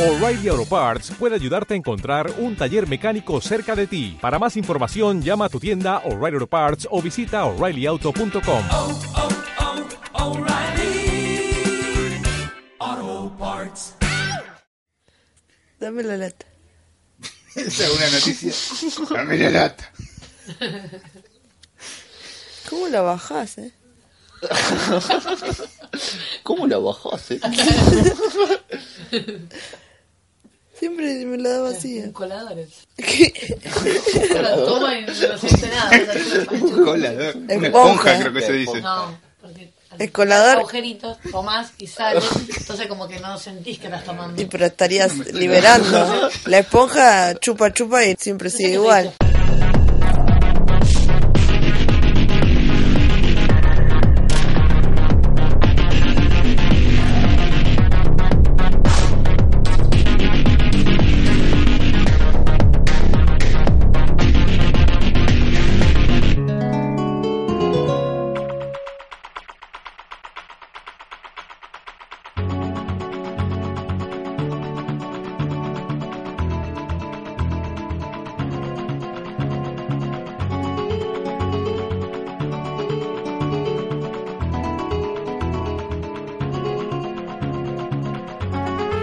O'Reilly Auto Parts puede ayudarte a encontrar un taller mecánico cerca de ti. Para más información, llama a tu tienda O'Reilly Auto Parts o visita oreillyauto.com. O'Reilly Auto Parts. Dame la lata. Esa es una noticia. Dame la lata. ¿Cómo la bajás, eh? ¿Cómo la bajás? eh? Siempre me la daba eh. vacía. Un colador. Se la toma y no siente nada. o sea, se la Colador. Una esponja, creo que se dice. No, porque al- El colador. agujeritos, tomás y sales, entonces como que no sentís que estás tomando. Y pero estarías liberando. La esponja chupa chupa y siempre sigue igual.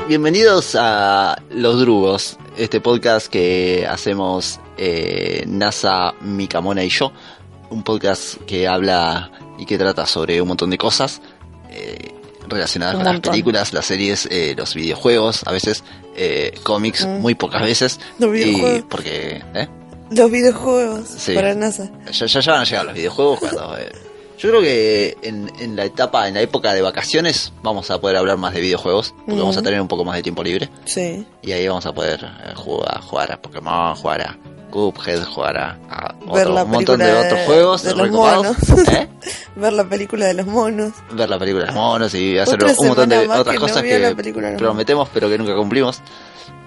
Bienvenidos a Los Drugos, este podcast que hacemos eh, NASA, Micamona y yo. Un podcast que habla y que trata sobre un montón de cosas eh, relacionadas Un con las montón. películas, las series, eh, los videojuegos, a veces eh, cómics, muy pocas veces. Mm. Los y videojuegos. porque ¿eh? Los videojuegos Sí. para NASA. ya, ya, ya van a llegar los videojuegos cuando... eh, yo creo que en, en la etapa, en la época de vacaciones, vamos a poder hablar más de videojuegos, porque vamos a tener un poco más de tiempo libre. Sí. Y ahí vamos a poder eh, jugar, jugar a Pokémon, jugar a Cuphead, jugar a, a Ver otro- la un montón de película otros de- juegos de los recopados, monos. ¿eh? Ver la película de los monos. Ver la película de los monos y hacer Otra un montón de semana más otras que no cosas veo la que película de los prometemos pero que nunca cumplimos.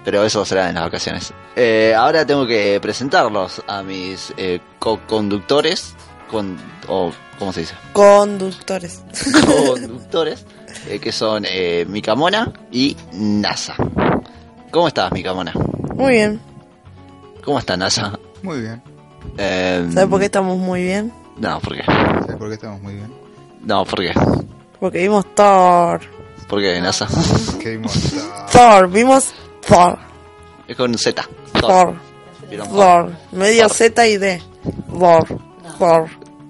Pero eso será en las vacaciones. Eh, ahora tengo que presentarlos a mis eh, co-conductores, con, o ¿cómo se dice? Conductores. Conductores, eh, que son eh, Micamona y NASA. ¿Cómo estás, Micamona? Muy bien. ¿Cómo está NASA? Muy bien. Eh, ¿Sabes por qué estamos muy bien? No, ¿por qué? ¿Sabes por qué estamos muy bien? No, ¿por qué? Porque vimos Thor. ¿Por qué NASA? Qué mortal. Thor, vimos Thor. Es con Z. Thor. Vieron Thor. Medio Thor. Z y D. Thor. Thor.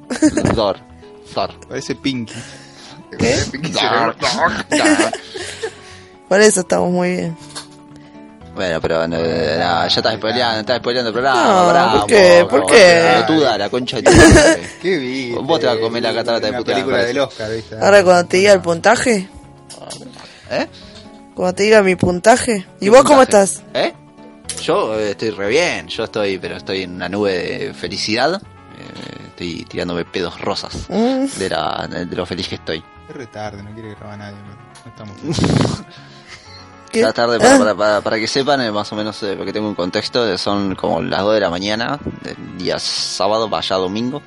Thor. Thor. Thor. Parece Pinky. ¿Qué? Pinky Thor. cerebro. Thor. Por eso estamos muy bien. Bueno, pero no, no, ya estás spoileando, estás spoileando el programa. No, bravo, ¿por qué? ¿Por bravo. qué? Tú da la concha de tu madre. Qué bien. Vos te vas a comer la catarata de Una puteada, película parece. del Oscar, ¿viste? Ahora cuando te diga el puntaje, ¿Eh? cuando te diga mi puntaje. ¿Y vos cómo estás? ¿Eh? Yo eh, estoy re bien. Yo estoy, pero estoy en una nube de felicidad. Eh, estoy tirándome pedos rosas Mm. de, la, de lo feliz que estoy. Es retarde, no quiere grabar a nadie. No No estamos. ¿Qué? Ya tarde, para, Ah. para, para, para que sepan, eh, más o menos, eh, porque tengo un contexto, eh, son como las 2 de la mañana, del día sábado, vaya domingo.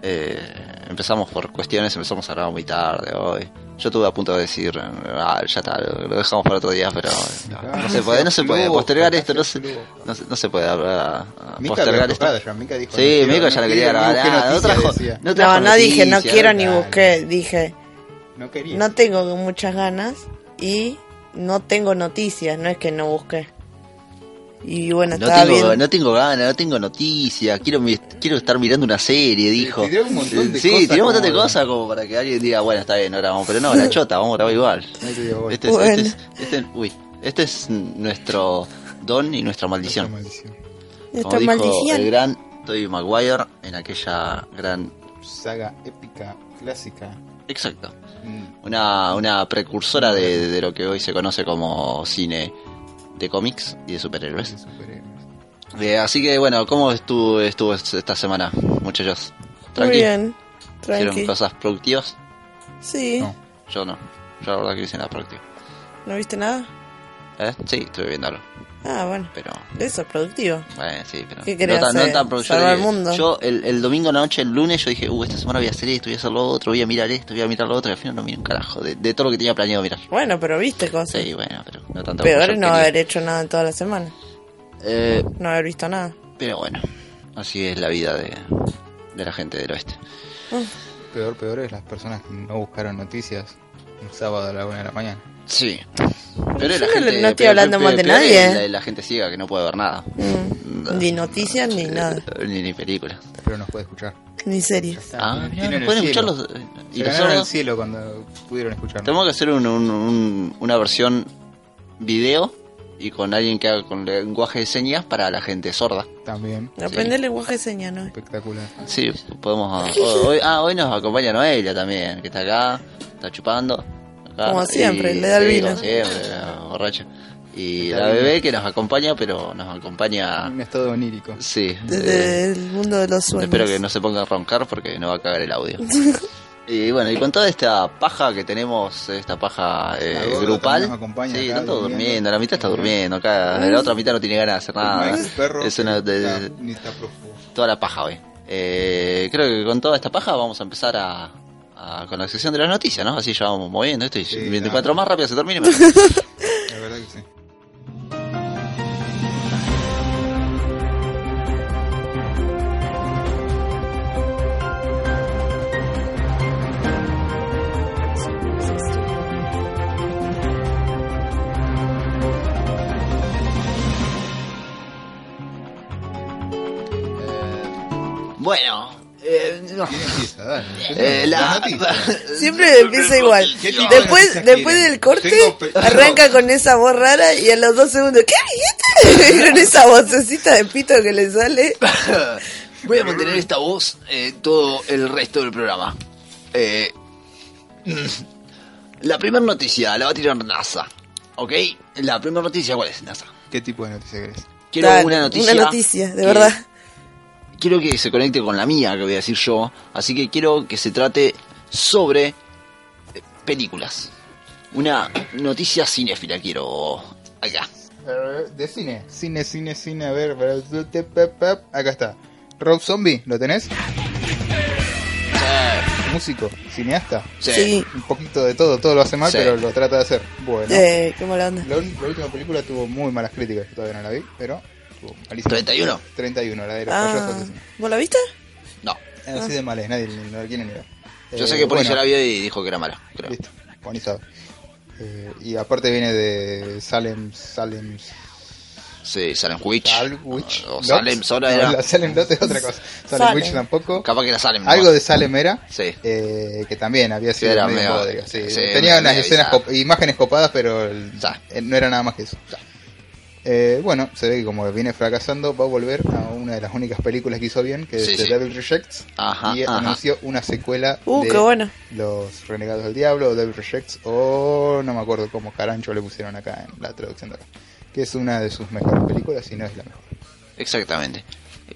Eh, empezamos por cuestiones, empezamos a grabar muy tarde hoy. Yo estuve a punto de decir, eh, ah, ya está, lo lo dejamos para otro día, pero eh, no, Ah, no no se seas puede, no se puede. flojo, Postergar esto, no seas se, flojo. no, se- no se puede ah, ah, Mica lo postergar había esto. tocado ya. Mica dijo, Sí, no quiero, Mica ya la no quería quiero, grabar. busqué ah, No noticias, trajo, decía. no trajo No, no dije, no noticias, quiero ni dale. busqué. Dije, No quería. Eh, no tengo muchas ganas y no tengo noticias. No es que no busqué. Y bueno, No estaba tengo, bien. no tengo ganas, no tengo noticias, quiero, mi- quiero estar mirando una serie, dijo. tiró un montón de sí, cosas tiró un montón de como- cosas como para que alguien diga, bueno, está bien, no grabamos, pero no, la chota, vamos a grabar igual. Ahí te digo, voy. Este es, Bueno. este es, este es- uy, este es nuestro don y nuestra Esta maldición. maldición. Esta Como dijo el maldición. gran Toby Maguire en aquella gran... Saga épica, clásica. Exacto. Mm, Una, una precursora de, de lo que hoy se conoce como cine de cómics y de superhéroes. de superhéroes. Eh, así que bueno, ¿cómo estuvo, estuvo esta semana, muchachos? Muy Tranquilo. bien. ¿Hicieron Tranqui. cosas productivas? Sí. No. Yo no. Yo la verdad que hice nada productiva. ¿No viste nada? ¿Eh? Sí, estuve viéndolo. Ah, bueno. Pero, Eso es productivo. bueno, sí, pero. ¿Qué querés no tan, hacer? no tan pro- yo ¿Salvar dije- al mundo? Yo, el, el domingo noche, el lunes, yo dije, uh, esta semana voy a hacer esto, voy a hacer lo otro, voy a mirar esto, voy a mirar lo otro, y al final no miro un carajo de, de todo lo que tenía planeado mirar. Bueno, pero viste cosas. Sí, bueno, pero no tanto como Peor yo es no quería. haber hecho nada en toda la semana. Eh, No haber visto nada. pero bueno, así es la vida de, de la gente del oeste. Peor, peor es las personas que no buscaron noticias un sábado a la una de la mañana. Sí. Pero Yo la no- gente, no estoy peor- hablando peor- mal de peor es nadie, La, eh. la gente ciega que no puede ver nada. Mm. No. Ni noticias ni nada. Ni, ni películas. Pero nos puede escuchar. Ni series. Ah, Tienen mirá, el pueden cielo. escuchar los. Se Y los ganaron el sordos. cielo cuando pudieron escucharnos. Tenemos que hacer un- un- un- una versión video y con alguien que haga con lenguaje de señas para la gente sorda. También. Aprender lenguaje de señas, ¿no? Espectacular. Sí, podemos. ah, Hoy, ah, hoy nos acompaña Noelia también, que está acá, está chupando. acá, Como siempre, le da el sí, vino. Como siempre, la borracha. Y Está la bien. bebé que nos acompaña, pero nos acompaña. Un estado onírico. Sí. eh, Desde el mundo de los sueños. Espero que no se ponga a roncar porque no va a cagar el audio. y bueno, y con toda esta paja que tenemos, esta paja eh, La gorda grupal. también nos acompaña sí, acá, están todos durmiendo. durmiendo, la mitad está durmiendo acá, la otra mitad no tiene ganas de hacer nada. No es perro, Ah, Es una ni de- está- ni está prófugo. toda la paja hoy. Eh, creo que con toda esta paja vamos a empezar a, a- con la sección de las noticias, ¿no? Así ya vamos moviendo esto y Sí, 24 claro. más rápido se termina. La verdad que sí. bueno, eh, no. ¿Quién empieza? Dale. Eh, Las la- noticias. Siempre empieza igual. ¿Qué tipo de Después, noticias después quieren? del corte, Tengo pe- arranca con esa voz rara y a los dos segundos, ¿qué dijiste? Con esa vocecita de pito que le sale. Voy a mantener esta voz eh, todo el resto del programa. Eh, mm, la primera noticia la va a tirar NASA. ¿Ok? La primera noticia, ¿cuál es NASA? ¿Qué tipo de noticias querés? Quiero Dale, una noticia. Una noticia, de que- verdad. Quiero que se conecte con la mía, que voy a decir yo. Así que quiero que se trate sobre eh, películas. Una noticia cinéfila quiero acá. Eh, De cine. Cine, cine, cine. A ver, para- te- pe- pe- acá está. Rob Zombie, ¿lo tenés? Músico, cineasta. Sí. Sí. Un poquito de todo, todo lo hace mal, Sí. pero lo trata de hacer. Bueno. Eh, qué mala onda. La, ul- la última película tuvo muy malas críticas, yo todavía no la vi, pero tuvo malísima. 31. 31, la de los payasos Ah, asesinos. ¿Vos la viste? No. Así de males, nadie ni- no la quiere ni ver. Yo Eh, sé que por bueno, la vio y dijo que era mala. creo. Listo, Bonnie sabe. Eh, y aparte viene de Salem, Salem, Sí, Salem Witch. Salem Witch. O Lot. Salem sola era. No, la Salem Lot es otra cosa. Salem, Salem. Witch tampoco. Capaz que era Salem. nomás. Algo de Salem era. Sí. eh, que también había sido Era medio medio- bodrio, sí. sí, tenía unas medio escenas bizarro. cop- imágenes copadas pero el- Ya. eh, no era nada más que eso Eh, bueno se ve que como viene fracasando va a volver a una de las únicas películas que hizo bien que Sí, es The sí. Devil Rejects Ajá, y ajá. anunció una secuela Uh, de qué bueno. los Renegados del Diablo o Devil Rejects o no me acuerdo cómo carancho le pusieron acá en la traducción de acá que es una de sus mejores películas y no es la mejor Exactamente.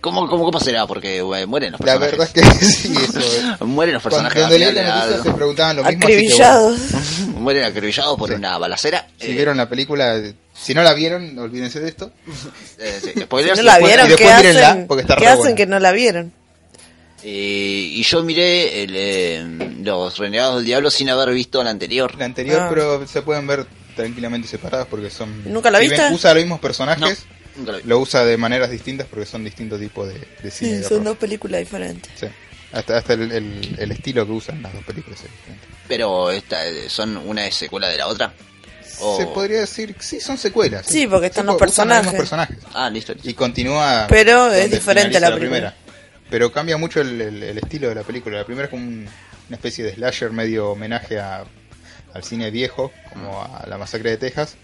¿Cómo, cómo, cómo será? Porque eh, mueren los la personajes. verdad es que sí eso es. Mueren los cuando personajes. cuando leí al la final, noticia se preguntaban lo mismo así que, bueno. Acribillados. Mueren acribillados por una balacera. Si Eh, vieron la película, si no la vieron, olvídense de esto. eh, sí, spoilers. No la después- vieron, y ¿qué después mírenla, hacen? porque está ¿Qué re hacen buena. que no la vieron? Eh, y yo miré el, eh, los Renegados del Diablo sin haber visto la anterior. La anterior, Ah. pero se pueden ver tranquilamente separadas porque son. ¿Nunca la si ven, viste? Usa los mismos personajes, Nunca la vi. lo usa de maneras distintas porque son distintos tipos de, de cine. Sí, de son horror. dos películas diferentes. Sí. Hasta, hasta el, el- el estilo que usan las dos películas. es diferente. Pero esta, eh, son una es secuela de la otra. O- Se podría decir, sí, son secuelas. Sí, porque están los po- usan mismos personajes. personajes. Ah, listo. Y continúa. Pero es donde diferente finaliza la primera. Pero cambia mucho el, el- el estilo de la película. La primera es como un- una especie de slasher medio homenaje a- al cine viejo, como a la masacre de Texas.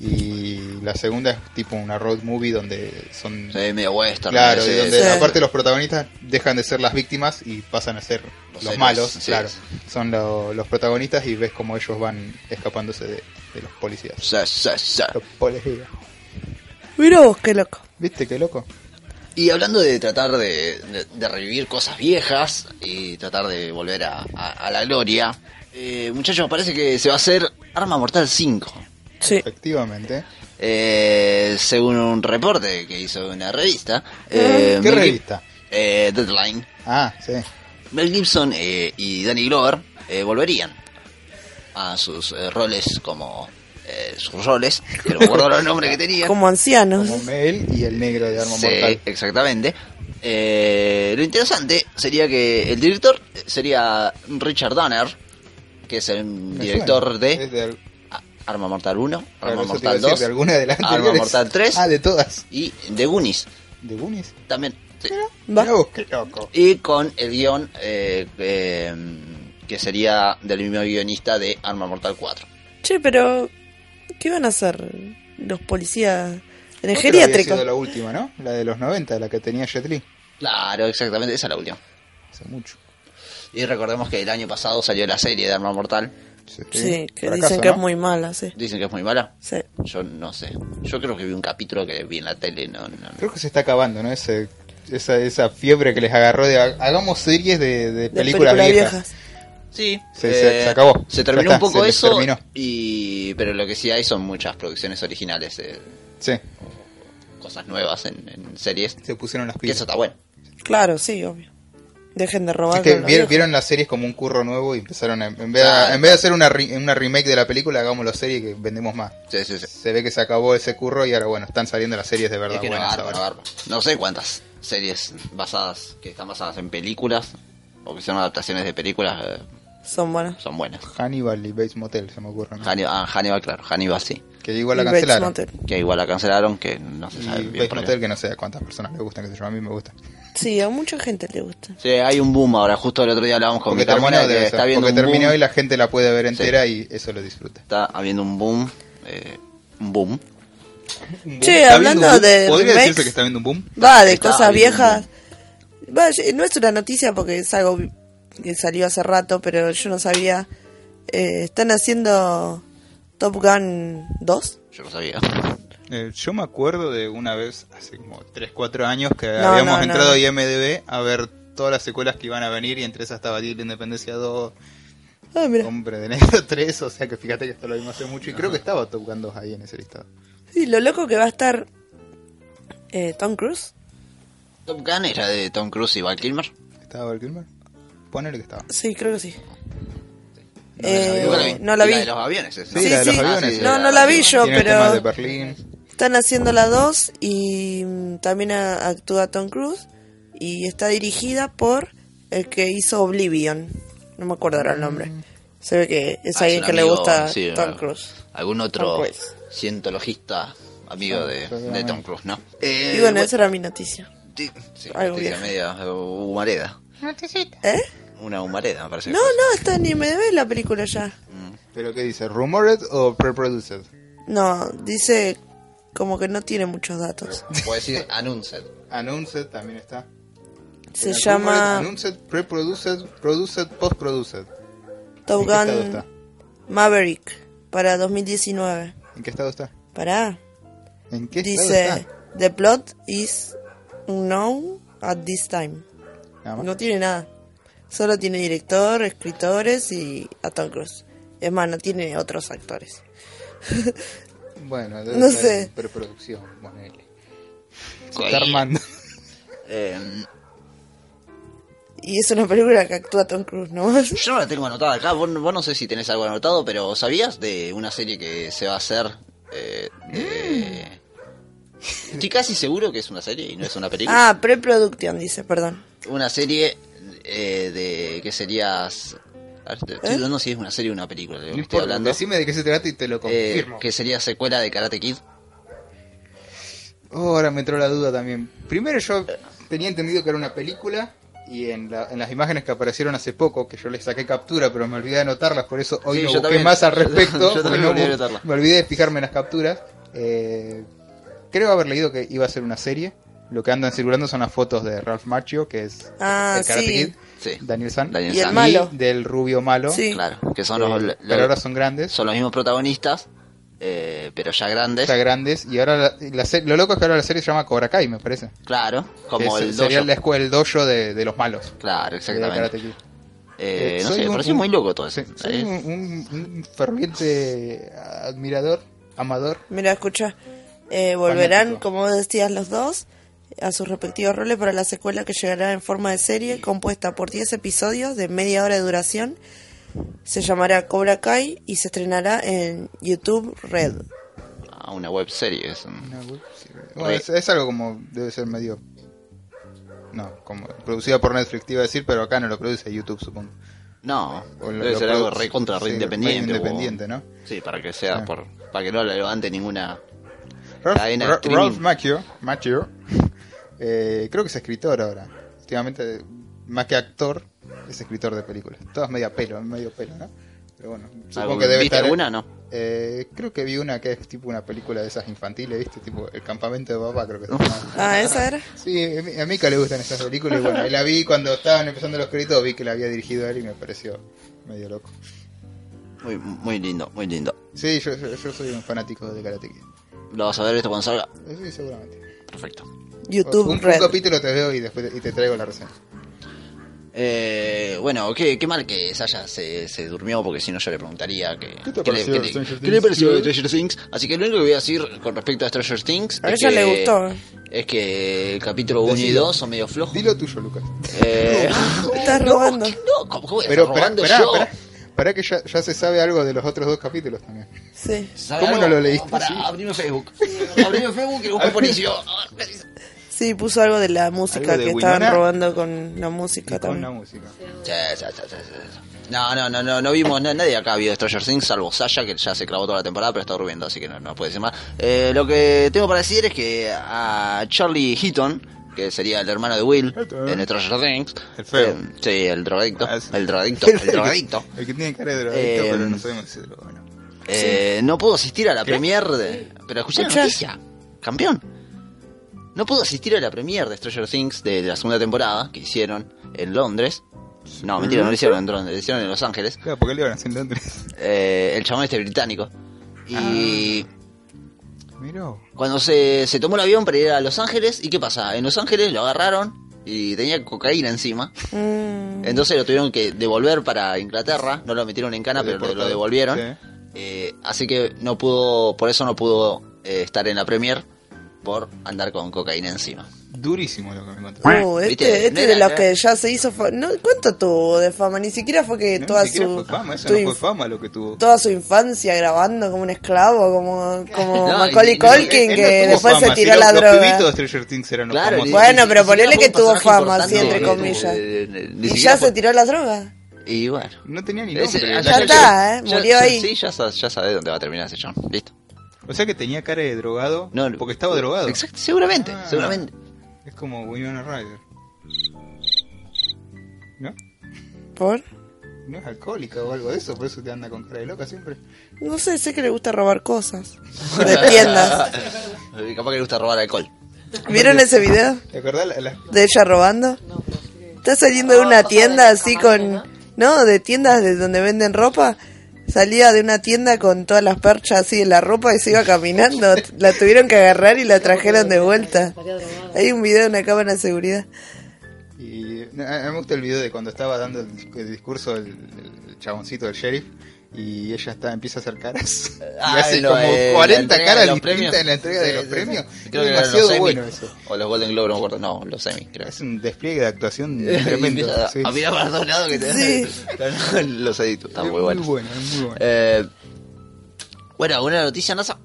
Y la segunda es tipo una road movie donde son... Se ve medio western. claro, parece. y donde sí. aparte los protagonistas dejan de ser las víctimas y pasan a ser los, Los héroes, malos. sí. Claro, son lo- los protagonistas y ves como ellos van escapándose de, de los policías. Sa, sa, sa. Los policías. Mira vos, qué loco. ¿Viste qué loco? Y hablando de tratar de, de- de revivir cosas viejas y tratar de volver a, a- a la gloria, eh, muchachos, parece que se va a hacer Arma Mortal 5. Sí. Efectivamente. Eh, según un reporte que hizo una revista. eh, ¿Qué Mel Gib- revista? eh, Deadline. Ah, sí. Mel Gibson eh, y Danny Glover eh, volverían a sus eh, roles como eh, sus roles, que no me acuerdo los nombres que tenían. Como ancianos. Como Mel y el negro de Arma Sí, Mortal. exactamente. Eh, lo interesante sería que el director sería Richard Donner, que es el Me director suena. de Es de, A- Arma Mortal 1, claro, eso te iba Arma a Mortal decir, 2 de alguna de las Arma anteriores. Mortal 3. Ah, de todas. y The Goonies ¿De Goonies? también. sí. Va. Mirá vos, qué loco. Y con el guión eh, eh, que sería del mismo guionista de Arma Mortal 4. Che, pero. ¿Qué van a hacer los policías en el Otra había geriátrico? sido la última, ¿no? La de los 90, la que tenía Jet Li. Claro, exactamente, esa es la última. Hace mucho. Y recordemos que el año pasado salió la serie de Arma Mortal. Sí, que Fracaso, dicen que ¿no? es muy mala, sí. Dicen que es muy mala. Sí. Yo no sé. Yo creo que vi un capítulo que vi en la tele. No, no, no. Creo que se está acabando, ¿no? Ese, esa, esa fiebre que les agarró de ha- hagamos series de, de De películas viejas. Sí, eh, Se- se- se acabó. Se terminó Ya está, un poco se les eso. terminó. Y, pero lo que sí hay son muchas producciones originales, eh, Sí, cosas nuevas en, en series. se pusieron las Que eso pilas. está bueno. Claro, sí, obvio. Dejen de robar. Viste, con lo vieron, viejo. vieron las series como un curro nuevo y empezaron a, en, vez Claro. en vez de hacer una, re- una remake de la película, hagamos la serie que vendemos más. Sí, sí, sí. Se ve que se acabó ese curro y ahora bueno, están saliendo las series de verdad Es que no buenas garpa, no ahora. garpa. No sé cuántas series basadas que están basadas en películas o que son adaptaciones de películas eh, Son buenos. son buenas. Hannibal y Bates Motel se me ocurren. Hannibal, ah, Hannibal, claro, Hannibal sí. Que igual la Y Bates cancelaron. Motel. Que igual la cancelaron, que no se Y sabe bien Bates por qué. Motel que no sé a cuántas personas le gustan, que se yo, a mí me gusta. Sí, a mucha gente le gusta. Sí, hay un boom ahora. Justo el otro día hablábamos con mi Porque terminó, carmona que de está viendo porque un boom. terminó y la gente la puede ver entera y eso lo disfruta. Está habiendo un boom. eh, un boom. Che, ¿Está hablando viendo un boom? de ¿Podría remakes? decirse que está viendo un boom? Va, de Está cosas bien, viejas. Va, yo- no es una noticia porque es algo vi- que salió hace rato, pero yo no sabía. Eh, están haciendo Top Gun 2. Yo no sabía. Eh, yo me acuerdo de una vez, hace como 3, 4 años, que No, habíamos no, no. entrado a IMDB a ver todas las secuelas que iban a venir y entre esas estaba Día de la Independencia 2, Ah, mira. Hombre de Negro 3, o sea que fíjate que esto lo vimos hace mucho y creo que estaba Top Gun 2 ahí en ese listado. Sí, lo loco que va a estar eh, Tom Cruise. Top Gun era de Tom Cruise y Val Kilmer. ¿Estaba Val Kilmer? Ponele que estaba. Sí, creo que sí. No, Eh, Nunca no la vi. Y de los aviones. esa. Sí, la de los sí. aviones. Ah, sí, no, la- no la vi yo, Tiene el tema de pero Berlín. están haciendo la 2 y mm, también a- actúa Tom Cruise y está dirigida por el que hizo Oblivion. No me acuerdo ahora el nombre. Se ve que es Mm. Ah, alguien un que le amigo, gusta sí, Tom a- Cruise. Algún otro Tom Cruise. cientologista amigo de, de seguramente. Tom Cruise, ¿no? Eh, Y bueno, bu- esa era mi noticia. ti- sí, algo noticia vieja. media eh, humareda. ¿Eh? Una humareda, me parece. que No, fue. no, está en IMDb la película ya. ¿Pero qué dice? ¿Rumored o pre-produced? No, dice como que no tiene muchos datos. Puedo decir Annunced. Announced también está. Se Era llama rumored, Announced, pre-produced, produced, post-produced. Top ¿En qué estado Gun está? Maverick para 2019. ¿En qué estado está? Pará. ¿En qué estado Dice, está? the plot is unknown at this time. Nada más. No tiene nada. Solo tiene director, escritores y a Tom Cruise. Es más, no tiene otros actores. Bueno, debe No ser sé. en Preproducción, ponele. Se Ahí, está armando. eh, Y es una película que actúa Tom Cruise, ¿no? Yo no la tengo anotada acá, vos, vos no sé si tenés algo anotado, pero ¿sabías de una serie que se va a hacer? Eh, de- Mm. Estoy casi seguro que es una serie y no es una película. ah, preproducción, dice, perdón. Una serie eh, de que serías... a ver, te- Estoy ¿Eh? dudando si es una serie o una película de lo que No estoy importa, hablando. Decime de qué se trata y te lo Eh, confirmo. que sería secuela de Karate Kid. Oh, ahora me entró la duda también. Primero yo tenía entendido que era una película y en, la- en las imágenes que aparecieron hace poco, que yo les saqué captura, pero me olvidé de anotarlas, por eso hoy Sí, no yo busqué también. más al Yo- yo respecto. también porque me no olvidé de bu- anotarlas. me olvidé de fijarme en las capturas. Eh, creo haber leído que iba a ser una serie. Lo que andan circulando son las fotos de Ralph Macchio, que es Ah, el Karate sí. Kid, Sí. Daniel San, Daniel Y el San. malo. del rubio malo. Sí. Claro, que Eh, son los, los- pero ahora son grandes. son los mismos protagonistas, eh, pero ya grandes. Está grandes. Y ahora la- la se- lo loco es que ahora la serie se llama Cobra Kai, me parece. Claro, como Que el se- sería dojo. la escuela, el dojo de, de los malos. Claro, de Karate exactamente. Kid. Eh, Eh, no soy sé, me un- pareció muy loco todo eso. Sí, soy Eh, un, un- un ferviente admirador Amador. Mira, escucha. eh, volverán, Fanático. como vos decías, los dos a sus respectivos roles para la secuela que llegará en forma de serie compuesta por 10 episodios de media hora de duración. Se llamará Cobra Kai y se estrenará en YouTube Red. Ah, una web serie. es un- Una web serie. Bueno, es, es algo como debe ser medio. No, como producida por Netflix, te iba a decir, pero acá no lo produce YouTube, supongo. No, O lo- debe lo ser algo produce- re contra, re sí, independiente. medio o- independiente, ¿no? Sí, para que sea, Ah. por, para que no le levante ninguna. Ralph, Cadena de Ra- streaming. Ralph Macchio, Macchio, eh, creo que es escritor ahora. Últimamente, más que actor, es escritor de películas. Todas media pelo, medio pelo, ¿no? Pero bueno, supongo que debe ¿Viste estar. alguna no? Eh, creo que vi una que es tipo una película de esas infantiles, ¿viste? Tipo El campamento de papá, creo que se llama. Ah, esa era. Sí, a mí- a Mika le gustan esas películas y bueno, y la vi cuando estaban empezando los créditos, vi que la había dirigido él y me pareció medio loco. Muy, muy lindo, muy lindo. Sí, yo, yo- yo soy un fanático de Karate Kid. ¿Lo vas a ver esto cuando salga? Sí, seguramente. Perfecto. YouTube un, un Red. capítulo te veo y después te- y te traigo la reseña. Eh, bueno, qué, qué mal que Sasha se, se durmió, porque si no yo le preguntaría que, ¿Qué te qué pareció le, de qué Stranger qué le Things? pareció de Stranger Things. Así que lo único que voy a decir con respecto a Stranger Things A es ella le que- gustó, eh. Es que el capítulo 1 y Decilo. 2 son medio flojos. Dilo tuyo, Lucas. Eh, Estás no, robando. ¿qué- No, ¿cómo que voy a Pero estar pará, robando pará, yo? pará, pará que ya, ya se sabe algo de los otros dos capítulos también. Sí. ¿Sabe ¿Cómo algo? no lo leíste? Pará, Sí. abrime Facebook. Abrime Facebook y lo busco por inicio. A ver, Sí, puso algo de la música de que estaban Winona. robando con la música Con también. la música. Sí, sí, sí, sí, sí. No, no, no, no, no vimos, na- nadie acá vio Stranger Things, salvo Sasha, que ya se clavó toda la temporada, pero está durmiendo, así que no, no puede decir más. Eh, lo que tengo para decir es que a Charlie Heaton, que sería el hermano de Will Heaton. en Stranger Things, El feo. eh, sí, el drogadicto, Ah, es- el drogadicto, el drogadicto, El que tiene cara de drogadicto, Eh, pero em. no sabemos si es drogadicto. eh, no pudo asistir a la premier de... Pero escuché la Escuchá. noticia, campeón. No pudo asistir a la premier de Stranger Things de, de la segunda temporada que hicieron en Londres. No, mentira, no lo hicieron en Londres, lo hicieron en Los Ángeles. Claro, porque le iban a hacer en Londres. eh, el chabón este británico. Y Ah. Miró. cuando se, se tomó el avión para ir a Los Ángeles, ¿y qué pasa? En Los Ángeles lo agarraron y tenía cocaína encima. Mm, Entonces lo tuvieron que devolver para Inglaterra. No lo metieron en cana, Lo pero lo- lo deportaron, devolvieron. sí. Eh, así que no pudo, por eso no pudo eh, estar en la Premier por andar con cocaína encima. Durísimo lo que me contó. uh, este, Viste, este de nena, los ya. que ya se hizo. fa- No, ¿Cuánto tuvo de fama? Ni siquiera fue que No, toda ni siquiera su. fue fama, eso tu no fue inf- fama lo que tuvo. toda su infancia grabando como un esclavo, como, como No, Macaulay y- Culkin, Él no que tuvo después fama, se tiró si la los, Los droga. pibitos de Stranger Things eran los Claro, famosos. ni- Bueno, ni- pero ni ponele siquiera que fue un tuvo personaje fama, así, importante, entre no, comillas. eh, ni Y siquiera ya fue- se tiró la droga. Y bueno. No tenía ni Ese- nombre. la ah, ya gente- está, eh, murió ya- ahí. Sí, ya, sa- ya sabés dónde va a terminar ese chabón. Listo. O sea que tenía cara de drogado No, no. porque estaba drogado. Exacto, seguramente, Ah. seguramente. Es como Winona Ryder. ¿No? ¿Por? ¿No es alcohólica o algo de eso? Por eso te anda con cara de loca siempre. No sé, sé que le gusta robar cosas de tiendas. Eh, Capaz que le gusta robar alcohol. ¿Vieron ese video ¿Te acordás? La, la- de ella robando? Está saliendo de una tienda así con... No, de tiendas de donde venden ropa. Salía de una tienda con todas las perchas así de la ropa y se iba caminando. La tuvieron que agarrar y la trajeron de vuelta. Hay un video de una cámara de seguridad. y, a, a mí me gusta el video de cuando estaba dando el, dis- el discurso el, el chaboncito del sheriff y ella está empieza a hacer caras. Ah, y hace en lo- como en la 40 entrega de caras los distintas premios. en la entrega de Sí, los sí, premios. sí. Es Creo que eran los demasiado semis. bueno eso. O los Golden Globe, no me acuerdo. No, los semi, creo. Es un despliegue de actuación Y tremendo. empieza sí. a mirar para todos lados que te Sí. los edito. Está es muy bueno. Muy bueno, es muy bueno. Eh, bueno, una noticia, NASA.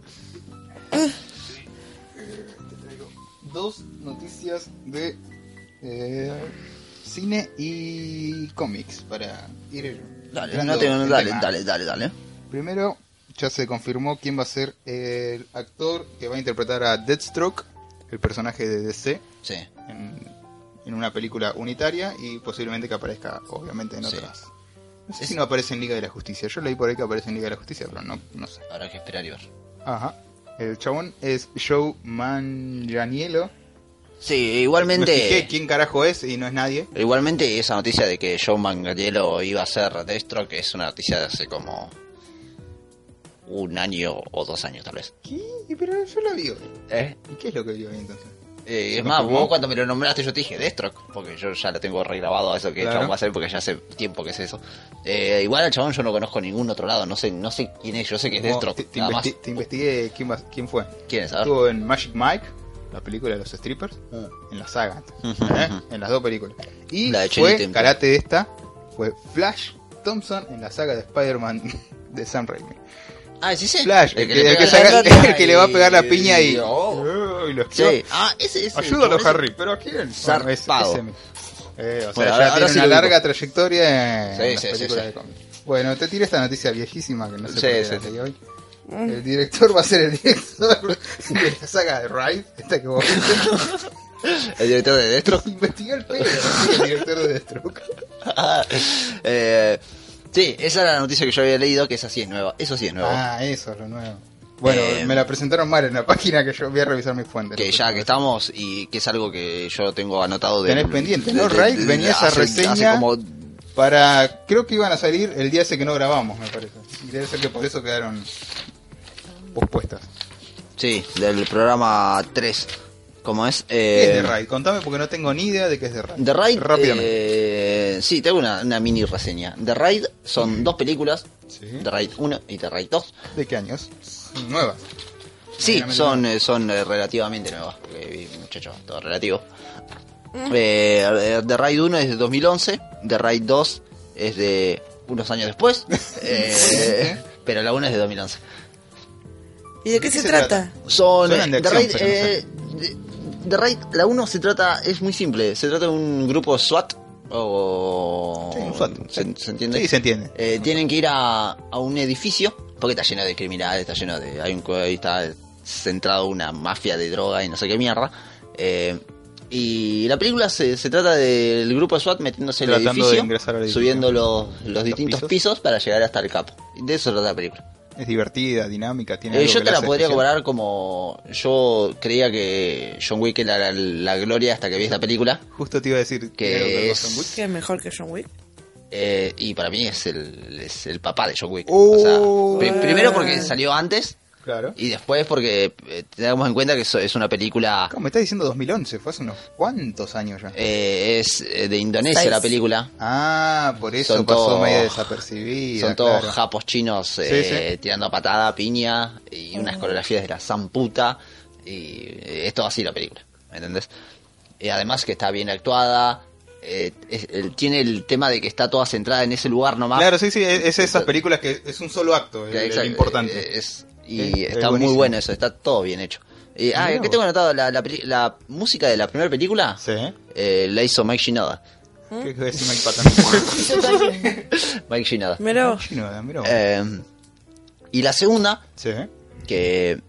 dos noticias de eh, cine y cómics para ir. Dale, entrando no tengo- en dale, tema. dale, dale, dale. Primero, ya se confirmó quién va a ser el actor que va a interpretar a Deathstroke, el personaje de DC, Sí. en, en una película unitaria y posiblemente que aparezca, obviamente, en Sí. otras. No sé si no aparece en Liga de la Justicia. Yo leí por ahí que aparece en Liga de la Justicia, pero no, no sé. Habrá que esperar y ver. Ajá. El chabón es Joe Manganiello. Sí, Me fijé igualmente. quién carajo es y no es nadie. Igualmente, esa noticia de que Joe Manganiello iba a ser Destro, que es una noticia de hace como. un año o dos años, tal vez. ¿Qué? Pero yo la vi hoy. ¿Eh? ¿Y qué es lo que vi hoy entonces? Eh, Se es nos más, jugó. vos cuando me lo nombraste yo te dije Deathstroke, porque yo ya lo tengo regrabado a eso que el Claro. chabón va a hacer porque ya hace tiempo que es eso. Eh, igual al chabón yo no conozco ningún otro lado, no sé, no sé quién es, yo sé que es No, Deathstroke, te, te nada más. investi- te investigué quién, va- quién fue. ¿Quién es? A ver. Estuvo en Magic Mike, la película de los strippers, en la saga, ¿eh? en las dos películas. Y La de Channing fue Tatum. karate de esta, fue Flash Thompson en la saga de Spider-Man de Sam Raimi. Ah, sí, sí. Flash, el que, le el pega que la saca- piña el que le va a pegar la piña y, Oh. y lo explota. Sí, ah, ese es. Ayúdalo, Harry, pero ¿a quién? Zarpado. mismo. Eh, o sea, Bueno, ya ahora- ahora tiene sí una lo larga ubico. trayectoria en Sí, las sí, sí, películas sí. de cómics. Bueno, te tiro esta noticia viejísima que no sé Sí, por qué sí, la sí. leí hoy. El director va a ser el director de la saga de Ride, esta que vos viste. El director de Deathstroke. Investigué el pelo, así que el director de Deathstroke. Eh, sí, esa era la noticia que yo había leído, que esa sí es nueva. Eso sí es nuevo. Ah, eso, lo nuevo. Bueno, Eh, me la presentaron mal en la página que yo voy a revisar mis fuentes. que ya que estamos y que es algo que yo tengo anotado de... Tenés pendiente, ¿no, Ray? Venía esa hace- reseña. Hace como... Para, creo que iban a salir el día ese que no grabamos, me parece. Y Debe ser que por eso quedaron pospuestas. Sí, del programa 3. ¿Cómo es? ¿Qué es Eh, The Raid? Contame porque no tengo ni idea de qué es The Raid. The Raid, Rápidamente. eh, sí, tengo una, una mini reseña. The Raid son dos películas, Sí. The Raid 1 y The Raid 2. ¿De qué años? Nuevas. Sí, Medianamente son, eh, son eh, relativamente nuevas, porque muchachos, todo relativo. Eh, eh, The Raid 1 es de 2011, The Raid 2 es de unos años después, eh, pero la 1 es de 2011. ¿Y de qué se, trata? Son, Suenan de eh, The acción, Raid, pero no sé. eh, de- The Raid, la 1 se trata, es muy simple, se trata de un grupo SWAT, o... Sí, un SWAT. ¿se, se entiende? Sí, se entiende. Eh, tienen que ir a, a un edificio, porque está lleno de criminales, está lleno de... Hay un, cu- ahí está centrado una mafia de droga y no sé qué mierda. Eh, y la película se, se trata del grupo SWAT metiéndose en el Tratando de edificio, ingresar al edificio. subiendo los, los distintos pisos. pisos. para llegar hasta el capo. De eso trata la película. Es divertida, dinámica, tiene Eh, algo yo que te la la hace podría especial. cobrar como... Yo creía que John Wick era la, la gloria hasta que vi esta película. Justo te iba a decir Que ¿tiene algo ver es- con John Wick? ¿Qué es mejor que John Wick? Eh, y para mí es el, es el papá de John Wick. Oh. O sea, pri- primero porque salió antes Claro. Y después porque eh, tengamos en cuenta que eso es una película... ¿Cómo Ah, me estás diciendo 2011? Fue hace unos cuantos años ya. eh, es eh, de Indonesia Seis. la película. Ah, por eso Son pasó todo- medio desapercibida. Son todos claro. japos chinos eh, tirando a patada, piña y unas coreografías de la zamputa. Y eh, es todo así la película, ¿me entendés? Y además que está bien actuada. eh, es- el- tiene el tema de que está toda centrada en ese lugar nomás. Claro, sí, sí, es es esas películas que es un solo acto, el, Que el exacto, importante. eh, es- y Sí, es está muy buenísimo. bueno eso, está todo bien hecho. Y, ah, Mirá que vos. tengo anotado, la, la peli- la música de la primera película Sí. eh, la hizo Mike Shinoda. ¿Qué qué decís, Mike Patton? Mike Shinoda. Mirá vos. Shinoda, mirá vos. Eh, y la segunda, Sí. que eh,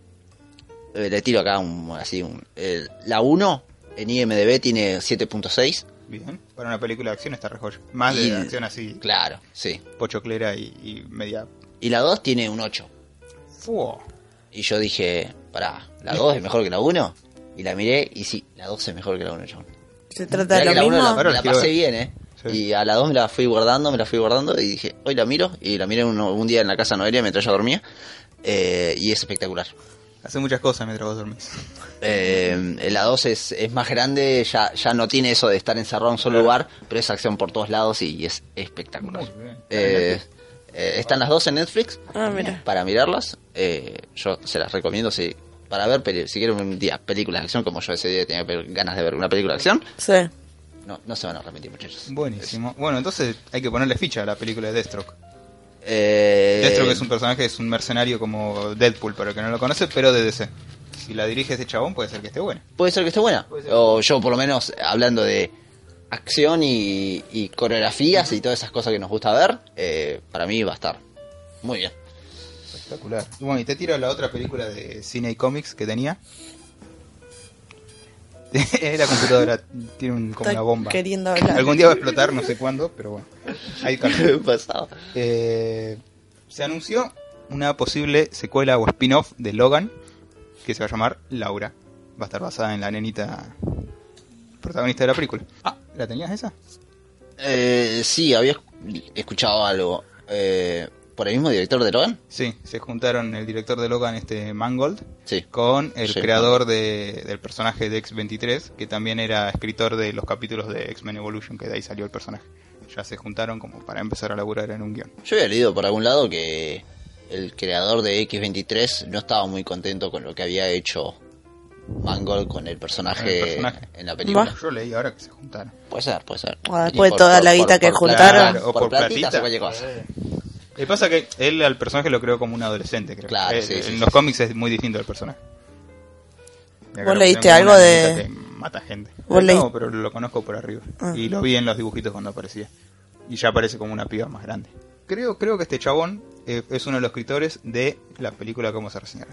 le tiro acá un, así, un- eh, la 1 en IMDB tiene 7.6. Bien. Para una película de acción está re joya. Más de Y- acción así, Claro, sí. pochoclera y, y media. Y la 2 tiene un 8. Fuo. Y yo dije, pará, ¿la 2 es mejor que la 1? Y la miré y sí, la 2 es mejor que la 1, chabón. ¿Se trata de Mirá que lo la 1 mismo? la, Ahora la la quiero pasé ver. bien, ¿eh? Sí. Y a la 2 me la fui guardando, me la fui guardando y dije, hoy la miro. Y la miré un, un día en la casa de Noelia mientras yo dormía. eh, y es espectacular. Hace muchas cosas mientras vos dormís. Eh, la 2 es, es más grande, ya, ya no tiene eso de estar encerrado en un solo lugar, pero es acción por todos lados y, es espectacular. Muy bien. Eh, eh, están las dos en Netflix Ah, mira. para mirarlas. eh, yo se las recomiendo si, para ver, peli- si quieren un día películas de acción, como yo ese día tenía pe- ganas de ver una película de acción. Sí. No, no se van a arrepentir, muchachos. Buenísimo. Bueno, entonces hay que ponerle ficha a la película de Deathstroke. Eh, Deathstroke es un personaje, es un mercenario como Deadpool, para el que no lo conoce, pero de DC. Si la dirige ese chabón, puede ser que esté buena. Puede ser que esté buena. Puede ser. O yo, por lo menos, hablando de acción y, y coreografías y todas esas cosas que nos gusta ver, eh, para mí va a estar muy bien. Espectacular. Y bueno, y te tiro la otra película de cine y cómics que tenía. la computadora tiene un- como Está una bomba. queriendo hablar. Algún día va a explotar, no sé cuándo, pero bueno. Ahí calma. Pasado. Eh, se anunció una posible secuela o spin-off de Logan que se va a llamar Laura. Va a estar basada en la nenita protagonista de la película. Ah, ¿la tenías esa? Eh, sí, había escuchado algo. Eh, por el mismo director de Logan. Sí, se juntaron el director de Logan, este Mangold, Sí. con el Sí. creador de- del personaje de X-23, que también era escritor de los capítulos de X-Men Evolution, que de ahí salió el personaje. Ya se juntaron como para empezar a laburar en un guión. Yo había leído por algún lado que el creador de X23 no estaba muy contento con lo que había hecho Mangold con el personaje, El personaje. en la película. Bah. Yo leí ahora que se juntaron. Puede ser, puede ser. Ah, Y después de toda la guita que juntaron. plata- O por, por platita, platita. se cualquier cosa. Lo que pasa es que él al personaje lo creó como un adolescente, creo. Claro, Eh, sí, en sí, los sí. cómics es muy distinto el personaje. Y acá ¿Vos lo leíste pusieron como algo una nenita de- que mata gente. ¿Vos leí- No, pero lo conozco por arriba. Ah. Y lo vi en los dibujitos cuando aparecía. Y ya aparece como una piba más grande. Creo, creo que este chabón eh, es uno de los escritores de la película que vamos a reseñar.